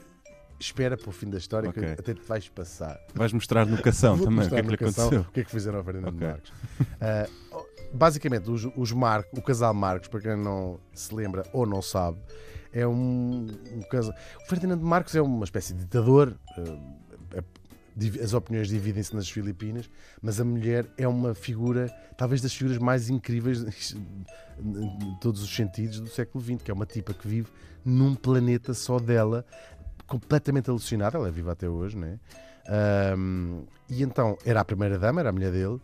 Speaker 2: Espera para o fim da história
Speaker 3: Ok.
Speaker 2: que até te vais passar.
Speaker 3: Vais mostrar nucação
Speaker 2: Vou
Speaker 3: também. O que
Speaker 2: mostrar
Speaker 3: é que lhe
Speaker 2: no canção
Speaker 3: aconteceu?
Speaker 2: O que é que fizeram ao Fernando
Speaker 3: Ok.
Speaker 2: Marcos? Ah, oh, basicamente, os, os Mar- o casal Marcos, para quem não se lembra ou não sabe, é um, um casal. O Ferdinando Marcos é uma espécie de ditador. ah, é- div- as opiniões dividem-se nas Filipinas, mas a mulher é uma figura, talvez das figuras mais incríveis em todos os sentidos do século XX, que é uma tipa que vive num planeta só dela, completamente alucinada, ela é viva até hoje, não é? Ahm, e então era a primeira dama, era a mulher dele,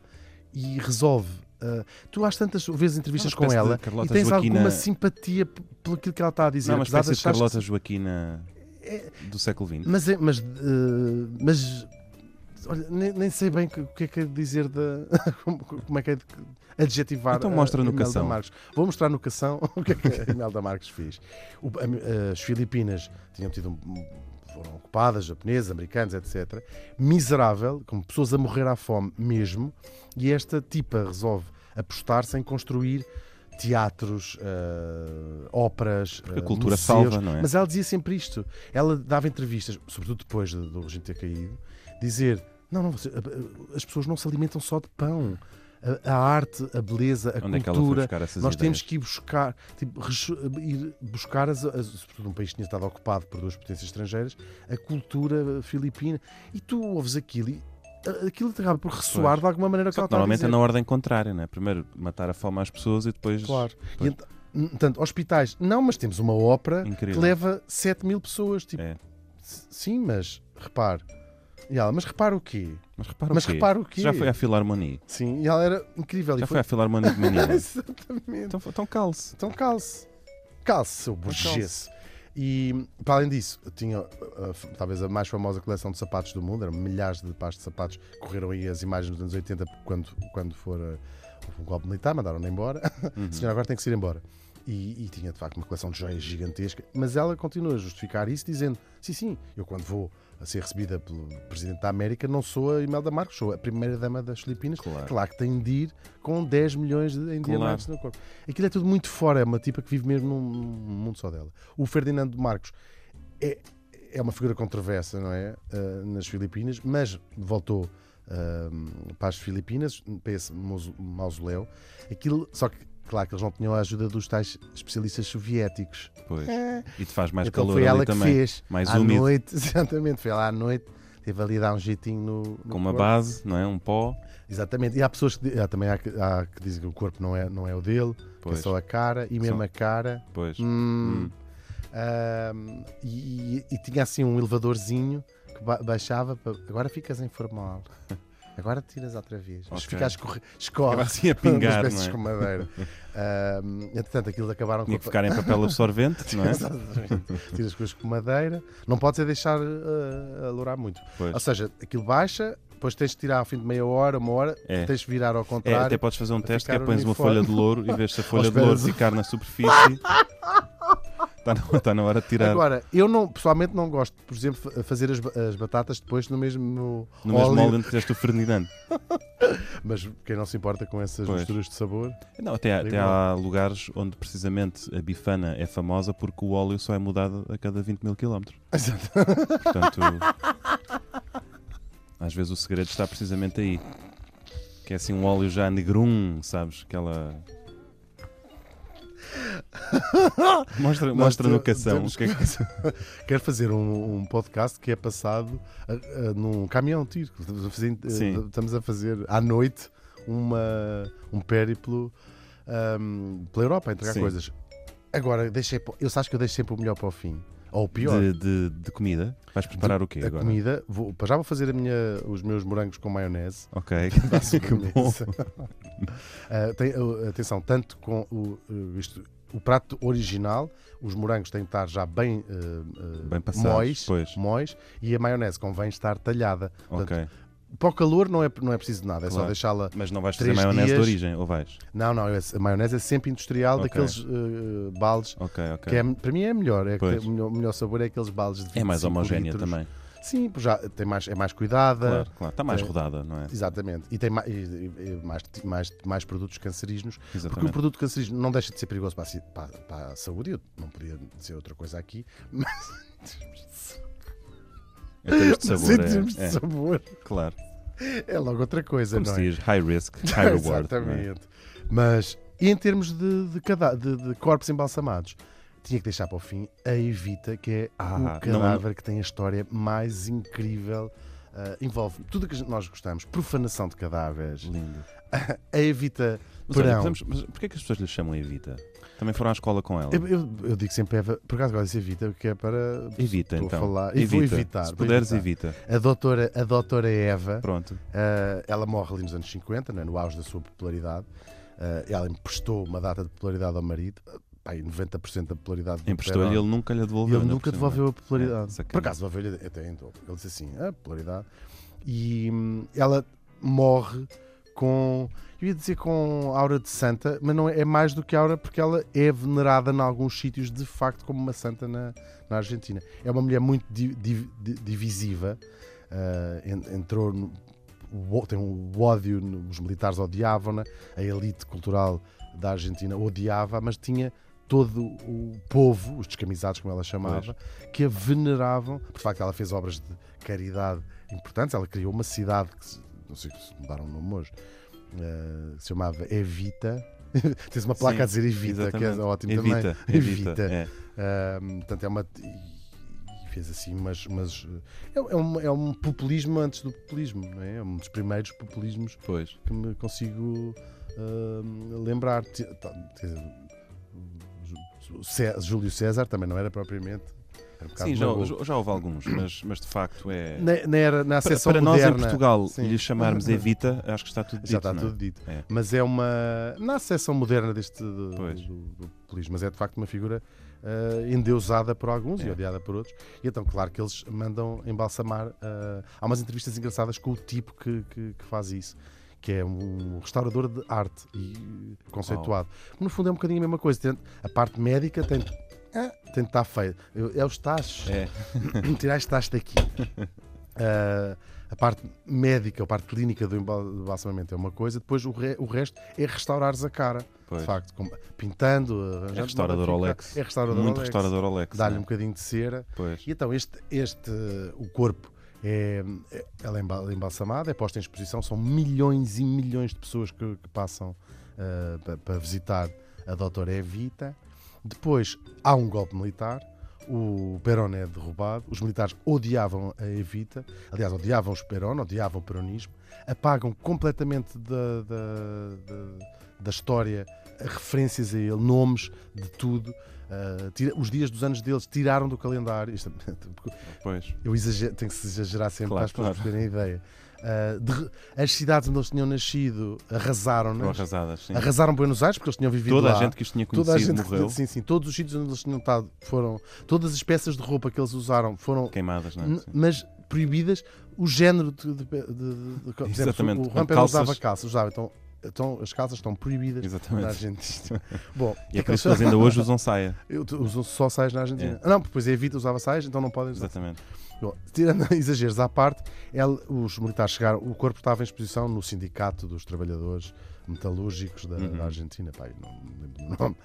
Speaker 2: e resolve. ah, tu às tantas vezes entrevistas
Speaker 3: É uma
Speaker 2: com
Speaker 3: espécie
Speaker 2: ela
Speaker 3: de Carlota
Speaker 2: e tens
Speaker 3: Joaquina-
Speaker 2: alguma simpatia p- pelo aquilo que ela está a dizer.
Speaker 3: Não, mas
Speaker 2: apesar
Speaker 3: parece de
Speaker 2: achares É. que-
Speaker 3: Carlota Joaquina do século XX.
Speaker 2: Mas, é- mas, eh, mas olha, nem, nem sei bem o que é que é de dizer da. como- como é que é de adjetivar.
Speaker 3: Então mostra
Speaker 2: a,
Speaker 3: no
Speaker 2: Imelda
Speaker 3: Cação.
Speaker 2: Marques. Vou mostrar no Cação o que é que a Imelda Marques fez. O- a- as Filipinas tinham tido um- foram ocupadas, japoneses, americanos, etc. Miserável, com pessoas a morrer à fome mesmo, e esta tipa resolve apostar-se em construir teatros, eh, óperas,
Speaker 3: Porque a
Speaker 2: eh,
Speaker 3: cultura
Speaker 2: museus.
Speaker 3: salva, não é?
Speaker 2: Mas ela dizia sempre isto. Ela dava entrevistas, sobretudo depois do do regime ter caído, dizer: não, não, você- as pessoas não se alimentam só de pão. A, a arte, a beleza, a
Speaker 3: Onde é que ela foi
Speaker 2: cultura.
Speaker 3: buscar essas
Speaker 2: nós temos
Speaker 3: ideias?
Speaker 2: que ir buscar, tipo, recho- ir buscar, as, as- sobretudo um país que tinha estado ocupado por duas potências estrangeiras, a cultura filipina. E tu ouves aquilo e a- aquilo te acaba por ressoar
Speaker 3: Pois.
Speaker 2: de alguma maneira que
Speaker 3: Só
Speaker 2: ela
Speaker 3: que
Speaker 2: está a
Speaker 3: normalmente é
Speaker 2: dizer.
Speaker 3: na ordem contrária, não é? Primeiro matar a fome às pessoas e depois.
Speaker 2: Claro. E
Speaker 3: Pois.
Speaker 2: ent- Portanto, hospitais, não, mas temos uma ópera que
Speaker 3: Incrível.
Speaker 2: leva 7 mil pessoas. Tipo,
Speaker 3: É.
Speaker 2: S- Sim, mas repare. E ela, mas repara o quê?
Speaker 3: Mas repara
Speaker 2: Mas
Speaker 3: o quê?
Speaker 2: repara o quê?
Speaker 3: Já foi à Filarmonia.
Speaker 2: Sim, e ela era incrível.
Speaker 3: Já
Speaker 2: e
Speaker 3: foi à Filarmonia de Manila.
Speaker 2: Exatamente.
Speaker 3: então, então calce.
Speaker 2: Então calce. Calce, seu burguês. E para além disso, tinha uh, f- talvez a mais famosa coleção de sapatos do mundo, eram milhares de pares de sapatos, correram aí as imagens dos anos 80 quando, quando for uh, o golpe militar, mandaram-na embora. A senhora agora tem que se ir embora. E, e tinha de facto uma coleção de joias gigantesca, mas ela continua a justificar isso dizendo: sim, sim, eu quando vou a ser recebida pelo Presidente da América não sou a Imelda Marcos, sou a primeira-dama das Filipinas.
Speaker 3: Claro.
Speaker 2: que tem de ir com 10 milhões de, em
Speaker 3: Claro.
Speaker 2: diamantes no corpo. Aquilo é tudo muito fora, é uma tipa que vive mesmo num, num mundo só dela. O Ferdinando Marcos é, é uma figura controversa, não é? Ah, nas Filipinas, mas voltou ah, para as Filipinas, para esse mauso- mausoléu. Aquilo, só que, claro, que eles não tinham a ajuda dos tais especialistas soviéticos.
Speaker 3: Pois. E te faz mais
Speaker 2: então
Speaker 3: calor
Speaker 2: foi
Speaker 3: ali
Speaker 2: ela que
Speaker 3: também.
Speaker 2: fez.
Speaker 3: Mais
Speaker 2: à
Speaker 3: úmido.
Speaker 2: noite, exatamente, foi ela à noite, teve ali a dar um jeitinho no. no
Speaker 3: Com uma
Speaker 2: corpo.
Speaker 3: base, não é? Um pó.
Speaker 2: Exatamente, e há pessoas que, di- há, também há, que- há que dizem que o corpo não é, não é o dele, que é
Speaker 3: Pois.
Speaker 2: só a cara, e mesmo
Speaker 3: Só-
Speaker 2: a cara.
Speaker 3: Pois.
Speaker 2: Hum. Ahm, e, e- e tinha assim um elevadorzinho que ba- baixava para. Agora ficas em formal. Agora tiras outra vez. Mas
Speaker 3: Ok.
Speaker 2: fica a escorre- escorre.
Speaker 3: Ficava assim a pingar,
Speaker 2: umas espécies
Speaker 3: não é?
Speaker 2: com madeira. Ahm, entretanto, aquilo acabaram
Speaker 3: Tinha
Speaker 2: a-
Speaker 3: que ficar em papel absorvente, não é?
Speaker 2: Exatamente. Tiras coisas com madeira. Não podes é deixar ah, alourar muito.
Speaker 3: Pois. É,
Speaker 2: Ou seja, aquilo baixa, depois tens de tirar ao fim de meia hora, uma hora,
Speaker 3: É.
Speaker 2: tens de virar ao
Speaker 3: É,
Speaker 2: contrário.
Speaker 3: até podes fazer um teste que é
Speaker 2: ficar
Speaker 3: pões uma
Speaker 2: uniforme.
Speaker 3: folha de louro e vês se a folha de
Speaker 2: espera
Speaker 3: louro
Speaker 2: do-
Speaker 3: ficar na superfície. Está na, tá na hora de tirar.
Speaker 2: Agora, eu não, pessoalmente não gosto, por exemplo, fa- fazer as, ba- as batatas depois no mesmo
Speaker 3: no
Speaker 2: óleo,
Speaker 3: mesmo molde onde fizeste o Ferdinando.
Speaker 2: mas quem não se importa com essas
Speaker 3: Pois.
Speaker 2: misturas de sabor,
Speaker 3: Não, até, há- até
Speaker 2: igual.
Speaker 3: há lugares onde precisamente a bifana é famosa porque o óleo só é mudado a cada 20 mil quilómetros. Portanto, às vezes o segredo está precisamente aí. Que é assim um óleo já negrum, sabes? Aquela. Mostra, mostra
Speaker 2: Nós
Speaker 3: no cação.
Speaker 2: temos
Speaker 3: o que é que-
Speaker 2: Quero fazer um, um podcast que é passado ah, ah, num caminhão de tiro. Estamos a fazer, ah,
Speaker 3: Sim.
Speaker 2: estamos a fazer à noite uma, um périplo ahm, pela Europa a entregar
Speaker 3: Sim.
Speaker 2: coisas. Agora, deixei, pa- eu acho que eu deixo sempre o melhor para o fim. Ou o pior.
Speaker 3: De, de- de comida? Vais preparar o quê
Speaker 2: a
Speaker 3: agora?
Speaker 2: comida, vou, para já vou fazer a minha, os meus morangos com maionese.
Speaker 3: Ok.
Speaker 2: Faço
Speaker 3: Que bom.
Speaker 2: maionese. Ah, tem- ah, atenção, tanto com o, ah, isto, o prato original, os morangos têm que estar já bem, ah, ah,
Speaker 3: Bem passados.
Speaker 2: mois,
Speaker 3: Pois.
Speaker 2: mois e a maionese convém estar talhada. Portanto,
Speaker 3: Ok.
Speaker 2: Para o calor não é, não é preciso de nada, é só
Speaker 3: Claro.
Speaker 2: deixá-la.
Speaker 3: Mas não vais fazer
Speaker 2: três
Speaker 3: maionese
Speaker 2: dias-
Speaker 3: de origem, ou vais?
Speaker 2: Não, não, a maionese é sempre industrial
Speaker 3: Ok.
Speaker 2: daqueles eh, baldes.
Speaker 3: Ok, ok.
Speaker 2: Que é, para mim é melhor, é que
Speaker 3: Pois.
Speaker 2: tem- o melhor, o melhor sabor é aqueles baldes de
Speaker 3: É mais
Speaker 2: 25
Speaker 3: homogénea
Speaker 2: litros.
Speaker 3: também.
Speaker 2: Sim, pois já tem mais, é mais cuidada.
Speaker 3: Claro, claro. Está mais
Speaker 2: É.
Speaker 3: rodada, não é?
Speaker 2: Exatamente. E tem mais, mais, mais, mais produtos cancerígenos. Porque o
Speaker 3: Exatamente.
Speaker 2: produto cancerígeno não deixa de ser perigoso para a, ci- para- para a saúde, eu não podia dizer outra coisa aqui, mas
Speaker 3: Em termos de
Speaker 2: mas
Speaker 3: sabor.
Speaker 2: em termos
Speaker 3: é-
Speaker 2: de sabor
Speaker 3: é, Claro.
Speaker 2: é logo outra coisa,
Speaker 3: Como
Speaker 2: não
Speaker 3: se
Speaker 2: é?
Speaker 3: diz, high risk, high reward. não é?
Speaker 2: Exatamente. Mas e em termos de, de, cada- de- de corpos embalsamados, tinha que deixar para o fim a Evita, que é
Speaker 3: Ah,
Speaker 2: o
Speaker 3: não-
Speaker 2: cadáver que tem a história mais incrível. Ah, envolve tudo o que nós gostamos, profanação de cadáveres,
Speaker 3: Lindo.
Speaker 2: a Evita
Speaker 3: Mas, olha,
Speaker 2: Perão.
Speaker 3: podemos, mas porquê é que as pessoas lhe chamam Evita? Também foram à escola com ela?
Speaker 2: Eu, eu- eu digo sempre Eva, por acaso agora disse Evita, que é para.
Speaker 3: Evita,
Speaker 2: estou a
Speaker 3: então.
Speaker 2: falar- e
Speaker 3: Evita.
Speaker 2: vou evitar,
Speaker 3: Se
Speaker 2: vou
Speaker 3: puderes,
Speaker 2: evitar.
Speaker 3: evita.
Speaker 2: A doutora, a doutora Eva,
Speaker 3: Pronto.
Speaker 2: ah, ela morre ali nos anos 50, né, no auge da sua popularidade. Ah, ela emprestou uma data de popularidade ao marido, ah, pá, e 90% da popularidade do
Speaker 3: Emprestou-lhe e
Speaker 2: Perón.
Speaker 3: ele nunca lhe
Speaker 2: E
Speaker 3: devolveu.
Speaker 2: ele
Speaker 3: ainda
Speaker 2: nunca
Speaker 3: por cima.
Speaker 2: devolveu a popularidade.
Speaker 3: É, sacana.
Speaker 2: por acaso, devolveu-lhe até então. Ele disse assim: a popularidade. E hum, ela morre com. Eu ia dizer com aura de santa, mas não é, é mais do que aura, porque ela é venerada em alguns sítios, de facto, como uma santa na, na Argentina. É uma mulher muito di- di- di- divisiva. ah, en- entrou no, o- tem um ódio, os militares odiavam-na, a elite cultural da Argentina odiava, mas tinha todo o povo, os descamisados como ela chamava, que a veneravam. Por facto, ela fez obras de caridade importantes, ela criou uma cidade que se- não sei se mudaram o nome hoje, eh, que se chamava Evita. Tens uma placa
Speaker 3: Sim,
Speaker 2: a dizer Evita, que
Speaker 3: exatamente.
Speaker 2: é ótimo
Speaker 3: evita,
Speaker 2: também.
Speaker 3: Evita. é.
Speaker 2: Ahm, portanto, é uma. e Fez assim, mas. mas eh, é, é um, é um populismo antes do populismo, não é? É um dos primeiros populismos
Speaker 3: Pois.
Speaker 2: que me consigo ahm, lembrar. Ti- tá, quer dizer, Ju- Cé- Júlio César também não era propriamente. Era um bocado
Speaker 3: Sim, já,
Speaker 2: maluco.
Speaker 3: já houve alguns, mas, mas de facto é.
Speaker 2: Na, na era, na
Speaker 3: para
Speaker 2: acessão
Speaker 3: para nós
Speaker 2: moderna.
Speaker 3: em Portugal
Speaker 2: Sim.
Speaker 3: lhe chamarmos Evita, acho que está tudo dito.
Speaker 2: Já está
Speaker 3: não é?
Speaker 2: tudo dito.
Speaker 3: É.
Speaker 2: Mas é uma. Na acessão moderna deste. Do,
Speaker 3: Pois.
Speaker 2: do- do populismo, mas é de facto uma figura ah, endeusada por alguns e
Speaker 3: É.
Speaker 2: odiada por outros. E então, claro que eles mandam embalsamar. ah, há umas entrevistas engraçadas com o tipo que, que, que faz isso. Que é um restaurador de arte e conceituado.
Speaker 3: Oh.
Speaker 2: No fundo, é um bocadinho a mesma coisa. Tem- a parte médica tem, ah, tem de estar feia. Eu- É os tachos.
Speaker 3: É,
Speaker 2: tirar este tacho daqui. Ah, a parte médica, a parte clínica do embal- do embalsamamento é uma coisa, depois o, re- o resto é restaurares a cara,
Speaker 3: pois.
Speaker 2: de facto, com- pintando, arranjando-
Speaker 3: É restaurador
Speaker 2: fica-
Speaker 3: Olex.
Speaker 2: É restaurador
Speaker 3: Muito
Speaker 2: Olex.
Speaker 3: restaurador Olex.
Speaker 2: Dá-lhe
Speaker 3: não
Speaker 2: um
Speaker 3: é?
Speaker 2: bocadinho de cera.
Speaker 3: Pois.
Speaker 2: E então, este, este o corpo é, é- ela é embal- embalsamada, é posta em exposição, são milhões e milhões de pessoas que, que passam ah, pa- para visitar a doutora Evita. Depois há um golpe militar, o Perón é derrubado, os militares odiavam a Evita, aliás, odiavam os Perón, odiavam o peronismo, apagam completamente da, da- da- da história referências a ele, nomes de tudo. ah, tira- os dias dos anos deles tiraram do calendário. Isto é-
Speaker 3: Pois.
Speaker 2: eu exagero, tenho que se exagerar sempre
Speaker 3: Claro,
Speaker 2: para as pessoas
Speaker 3: claro.
Speaker 2: terem ideia. Ah, de- as cidades onde eles tinham nascido
Speaker 3: Foram
Speaker 2: arrasaram-nas.
Speaker 3: arrasadas. Sim.
Speaker 2: Arrasaram Buenos Aires porque eles tinham vivido
Speaker 3: Toda
Speaker 2: lá.
Speaker 3: a gente que os tinha
Speaker 2: Toda a
Speaker 3: conhecido
Speaker 2: gente que-
Speaker 3: morreu
Speaker 2: sim, sim, todos os sítios onde eles tinham estado foram, todas as peças de roupa que eles usaram foram,
Speaker 3: queimadas, não é?
Speaker 2: n-
Speaker 3: Sim.
Speaker 2: mas proibidas. O género de, de, de, de- de- por
Speaker 3: Exatamente,
Speaker 2: exemplo, o
Speaker 3: com
Speaker 2: Ramper
Speaker 3: calças.
Speaker 2: usava calças, usava, então, então as calças estão proibidas na
Speaker 3: Exatamente.
Speaker 2: Argentina. Bom, o
Speaker 3: E
Speaker 2: que
Speaker 3: é
Speaker 2: é que
Speaker 3: por isso que
Speaker 2: eles-
Speaker 3: eles ainda hoje usam saia.
Speaker 2: eu- usam só saias na Argentina. Ah, Não, pois é, Evita usava saias, então não podem usar.
Speaker 3: Exatamente.
Speaker 2: Bom, tirando exageros à parte, ele- os militares chegaram, o corpo estava em exposição no Sindicato dos Trabalhadores Metalúrgicos da,
Speaker 3: Uhum.
Speaker 2: da Argentina, pá, eu não me lembro do nome.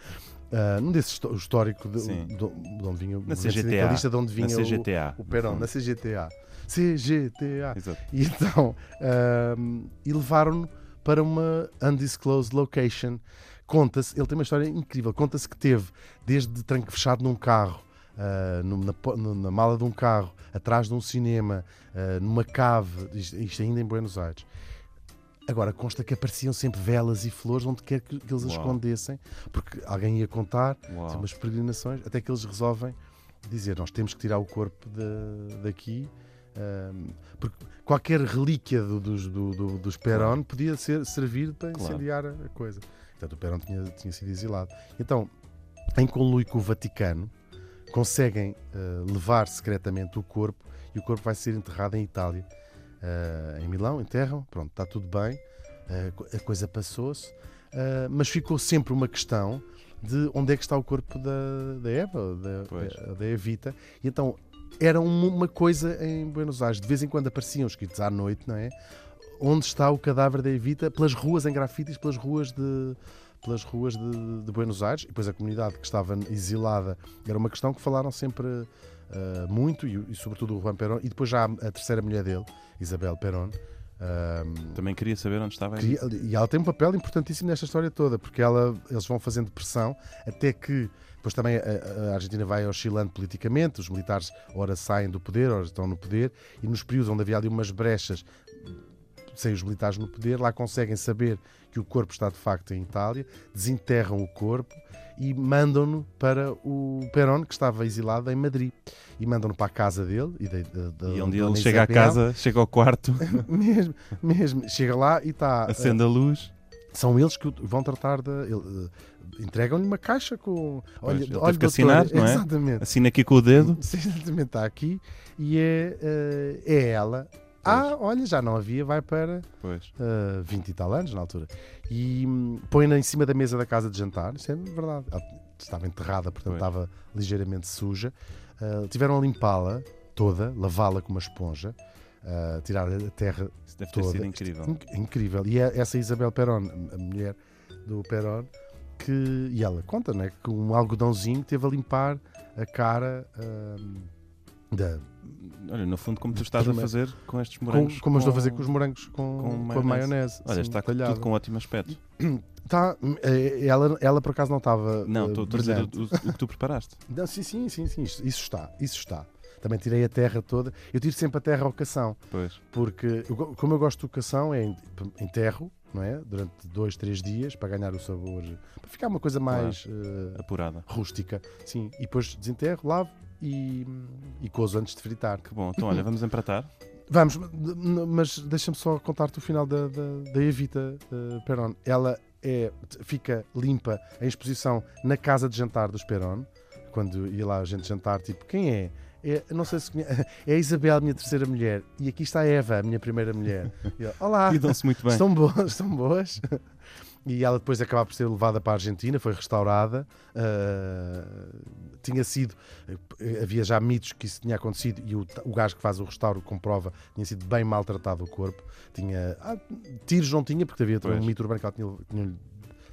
Speaker 2: Ah, num desse histó- histórico de,
Speaker 3: Sim.
Speaker 2: de- de onde vinha o
Speaker 3: Na
Speaker 2: movimento
Speaker 3: CGTA.
Speaker 2: sindicalista, de onde
Speaker 3: Na
Speaker 2: vinha o,
Speaker 3: CGTA.
Speaker 2: o
Speaker 3: no
Speaker 2: Perón,
Speaker 3: fundo.
Speaker 2: na CGTA. CGTA.
Speaker 3: Exato.
Speaker 2: E ehm, então, ahm, e levaram-no para uma undisclosed location Conta-se, ele tem uma história incrível. Conta-se que teve desde tranco fechado num carro, ah, num- na, po- no- na mala de um carro, atrás de um cinema, ah, numa cave, isto, isto ainda em Buenos Aires. Agora, consta que apareciam sempre velas e flores onde quer que, que eles as
Speaker 3: Uau.
Speaker 2: escondessem, porque alguém ia contar,
Speaker 3: Uau.
Speaker 2: são é umas peregrinações, até que eles resolvem dizer: Nós temos que tirar o corpo da- daqui, ahm, porque qualquer relíquia do- dos, do, do- dos Perón podia ser, servir para
Speaker 3: Claro.
Speaker 2: incendiar a a coisa. Portanto, o Perón tinha, tinha sido exilado. Então, em conluio com o Vaticano, conseguem ah, levar secretamente o corpo e o corpo vai ser enterrado em Itália. Ah, em Milão, enterram, pronto, está tudo bem, Ah, co- a coisa passou-se, Ah, mas ficou sempre uma questão de onde é que está o corpo da, da Eva,
Speaker 3: Pois.
Speaker 2: da, da Evita. E então era um- uma coisa em Buenos Aires. De vez em quando apareciam escritos à noite, não é? Onde está o cadáver da Evita? Pelas ruas em grafites, pelas ruas de pelas ruas de, de Buenos Aires. E depois a comunidade que estava exilada era uma questão que falaram sempre ah, muito e, e sobretudo o Juan Perón. E depois já a, a terceira mulher dele, Isabel Perón. ah,
Speaker 3: Também queria saber onde estava a
Speaker 2: Cria- E ela tem um papel importantíssimo nesta história toda, porque ela, eles vão fazendo pressão até que. Depois também a, a Argentina vai oscilando politicamente, os militares ora saem do poder, ora estão no poder, e nos períodos onde havia ali umas brechas sem os militares no poder, lá conseguem saber que o corpo está de facto em Itália, desenterram o corpo e mandam-no para o Perón, que estava exilado em Madrid. E mandam-no para a casa dele. E, de, de- de-
Speaker 3: E
Speaker 2: de
Speaker 3: onde ele
Speaker 2: Dona
Speaker 3: chega à
Speaker 2: Isabel.
Speaker 3: casa, chega ao quarto,
Speaker 2: Mesmo, mesmo. Chega lá e está eh,
Speaker 3: acende a luz.
Speaker 2: são eles que o vão tratar de. ele, eh, Entregam-lhe uma caixa com.
Speaker 3: Pois, ele teve
Speaker 2: olha,
Speaker 3: que
Speaker 2: doutor,
Speaker 3: assinar, não é?
Speaker 2: Exatamente.
Speaker 3: Assina aqui com o dedo.
Speaker 2: Sim, Exatamente, está aqui e é, eh, é ela. Ah, olha, já não havia, vai para
Speaker 3: Pois.
Speaker 2: eh, 20 e tal anos na altura. E hum, põe-na em cima da mesa da casa de jantar, isso é verdade. Ela estava enterrada, portanto
Speaker 3: Pois.
Speaker 2: estava ligeiramente suja. Eh, tiveram a limpá-la toda, lavá-la com uma esponja, eh, tirar a terra
Speaker 3: Isso deve ter
Speaker 2: Toda.
Speaker 3: sido incrível.
Speaker 2: Inc- Incrível. E é essa Isabel Perón, a mulher do Perón, que, e ela conta, né? Que um algodãozinho teve a limpar a cara ahm, da,
Speaker 3: Olha, no fundo, como tu estás a
Speaker 2: Primeiro.
Speaker 3: fazer com estes
Speaker 2: com,
Speaker 3: morangos.
Speaker 2: como eu estou a fazer com os morangos com,
Speaker 3: com
Speaker 2: com a maionese.
Speaker 3: Olha,
Speaker 2: assim,
Speaker 3: está
Speaker 2: talhada.
Speaker 3: tudo com ótimo aspecto.
Speaker 2: Tá, eh, ela, ela por acaso não estava.
Speaker 3: Não,
Speaker 2: eh,
Speaker 3: estou estou a dizer o,
Speaker 2: brilhante.
Speaker 3: o- o que tu preparaste.
Speaker 2: Não, sim, sim, sim, sim. Isso isso está, isso está. Também tirei a terra toda. Eu tiro sempre a terra ao cação.
Speaker 3: Pois.
Speaker 2: porque eu go- como eu gosto de educação é en- enterro não é durante dois três dias para ganhar o sabor para ficar uma coisa mais eh,
Speaker 3: Apurada.
Speaker 2: rústica sim e depois desenterro lavo e, e cozo antes de fritar
Speaker 3: Que bom. Então, olha, vamos empratar.
Speaker 2: vamos n- n- mas deixa-me só contar-te o final da, da, da Evita eh, Perón ela é t- fica limpa em exposição na casa de jantar dos Perón quando ia lá a gente jantar tipo quem é é, não sei se conhe- é a Isabel, minha terceira mulher, e aqui está a Eva, a minha primeira mulher. E eu, Olá!
Speaker 3: E dão-se muito bem.
Speaker 2: Ah, Estão boas, estão boas. E ela depois acaba por ser levada para a Argentina, foi restaurada. ah, tinha sido. eh, Havia já mitos que isso tinha acontecido e o, ta- o gajo que faz o restauro comprova tinha sido bem maltratado o corpo. Tinha. ah, tiros não tinha, porque havia também um
Speaker 3: Pois.
Speaker 2: mito urbano que ela tinha, tinha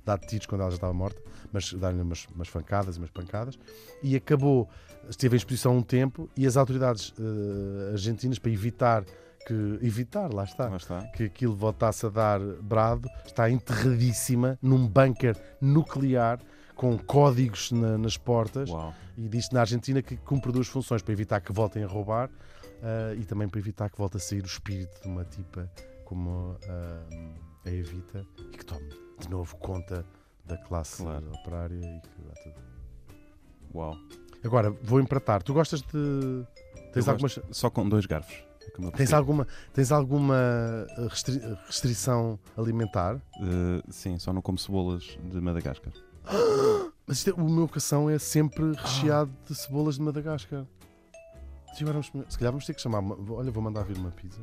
Speaker 2: dado tiros quando ela já estava morta, mas dar-lhe umas, umas fancadas e umas pancadas. E acabou. Esteve em exposição um tempo e as autoridades eh, argentinas, para evitar que. Evitar, lá está
Speaker 3: Lá está.
Speaker 2: que aquilo voltasse a dar brado, está enterradíssima num bunker nuclear com códigos na- nas portas
Speaker 3: Uau.
Speaker 2: e diz na Argentina que cumpre duas funções, para evitar que voltem a roubar ah, e também para evitar que volte a sair o espírito de uma tipa como ah, a Evita e que tome de novo conta da classe
Speaker 3: Claro.
Speaker 2: operária e que vá tudo.
Speaker 3: Uau.
Speaker 2: Agora, vou empratar. Tu gostas de... Tens
Speaker 3: Eu
Speaker 2: algumas...
Speaker 3: Só com dois garfos. É como eu
Speaker 2: Tens
Speaker 3: prefiro.
Speaker 2: alguma, tens alguma ah, restri- restrição alimentar?
Speaker 3: Eh, sim, só não como cebolas de Madagascar.
Speaker 2: Mas isto é- o meu cação é sempre recheado de cebolas de Madagascar. Se, agora vamos- se calhar vamos ter que chamar. uma- Olha, vou mandar vir uma pizza.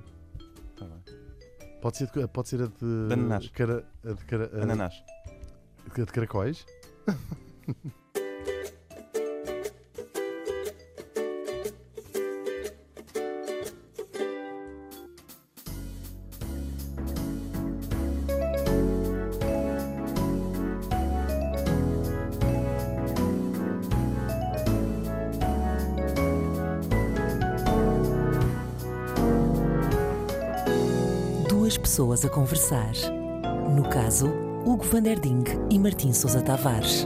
Speaker 3: Tá bem.
Speaker 2: Pode ser, de- pode ser a de.
Speaker 3: De ananás.
Speaker 2: cara- a de, cara- a-
Speaker 3: Ananás.
Speaker 2: a de caracóis?
Speaker 1: Duas pessoas a conversar. No caso, Hugo Van Der Ding e Martim Sousa Tavares.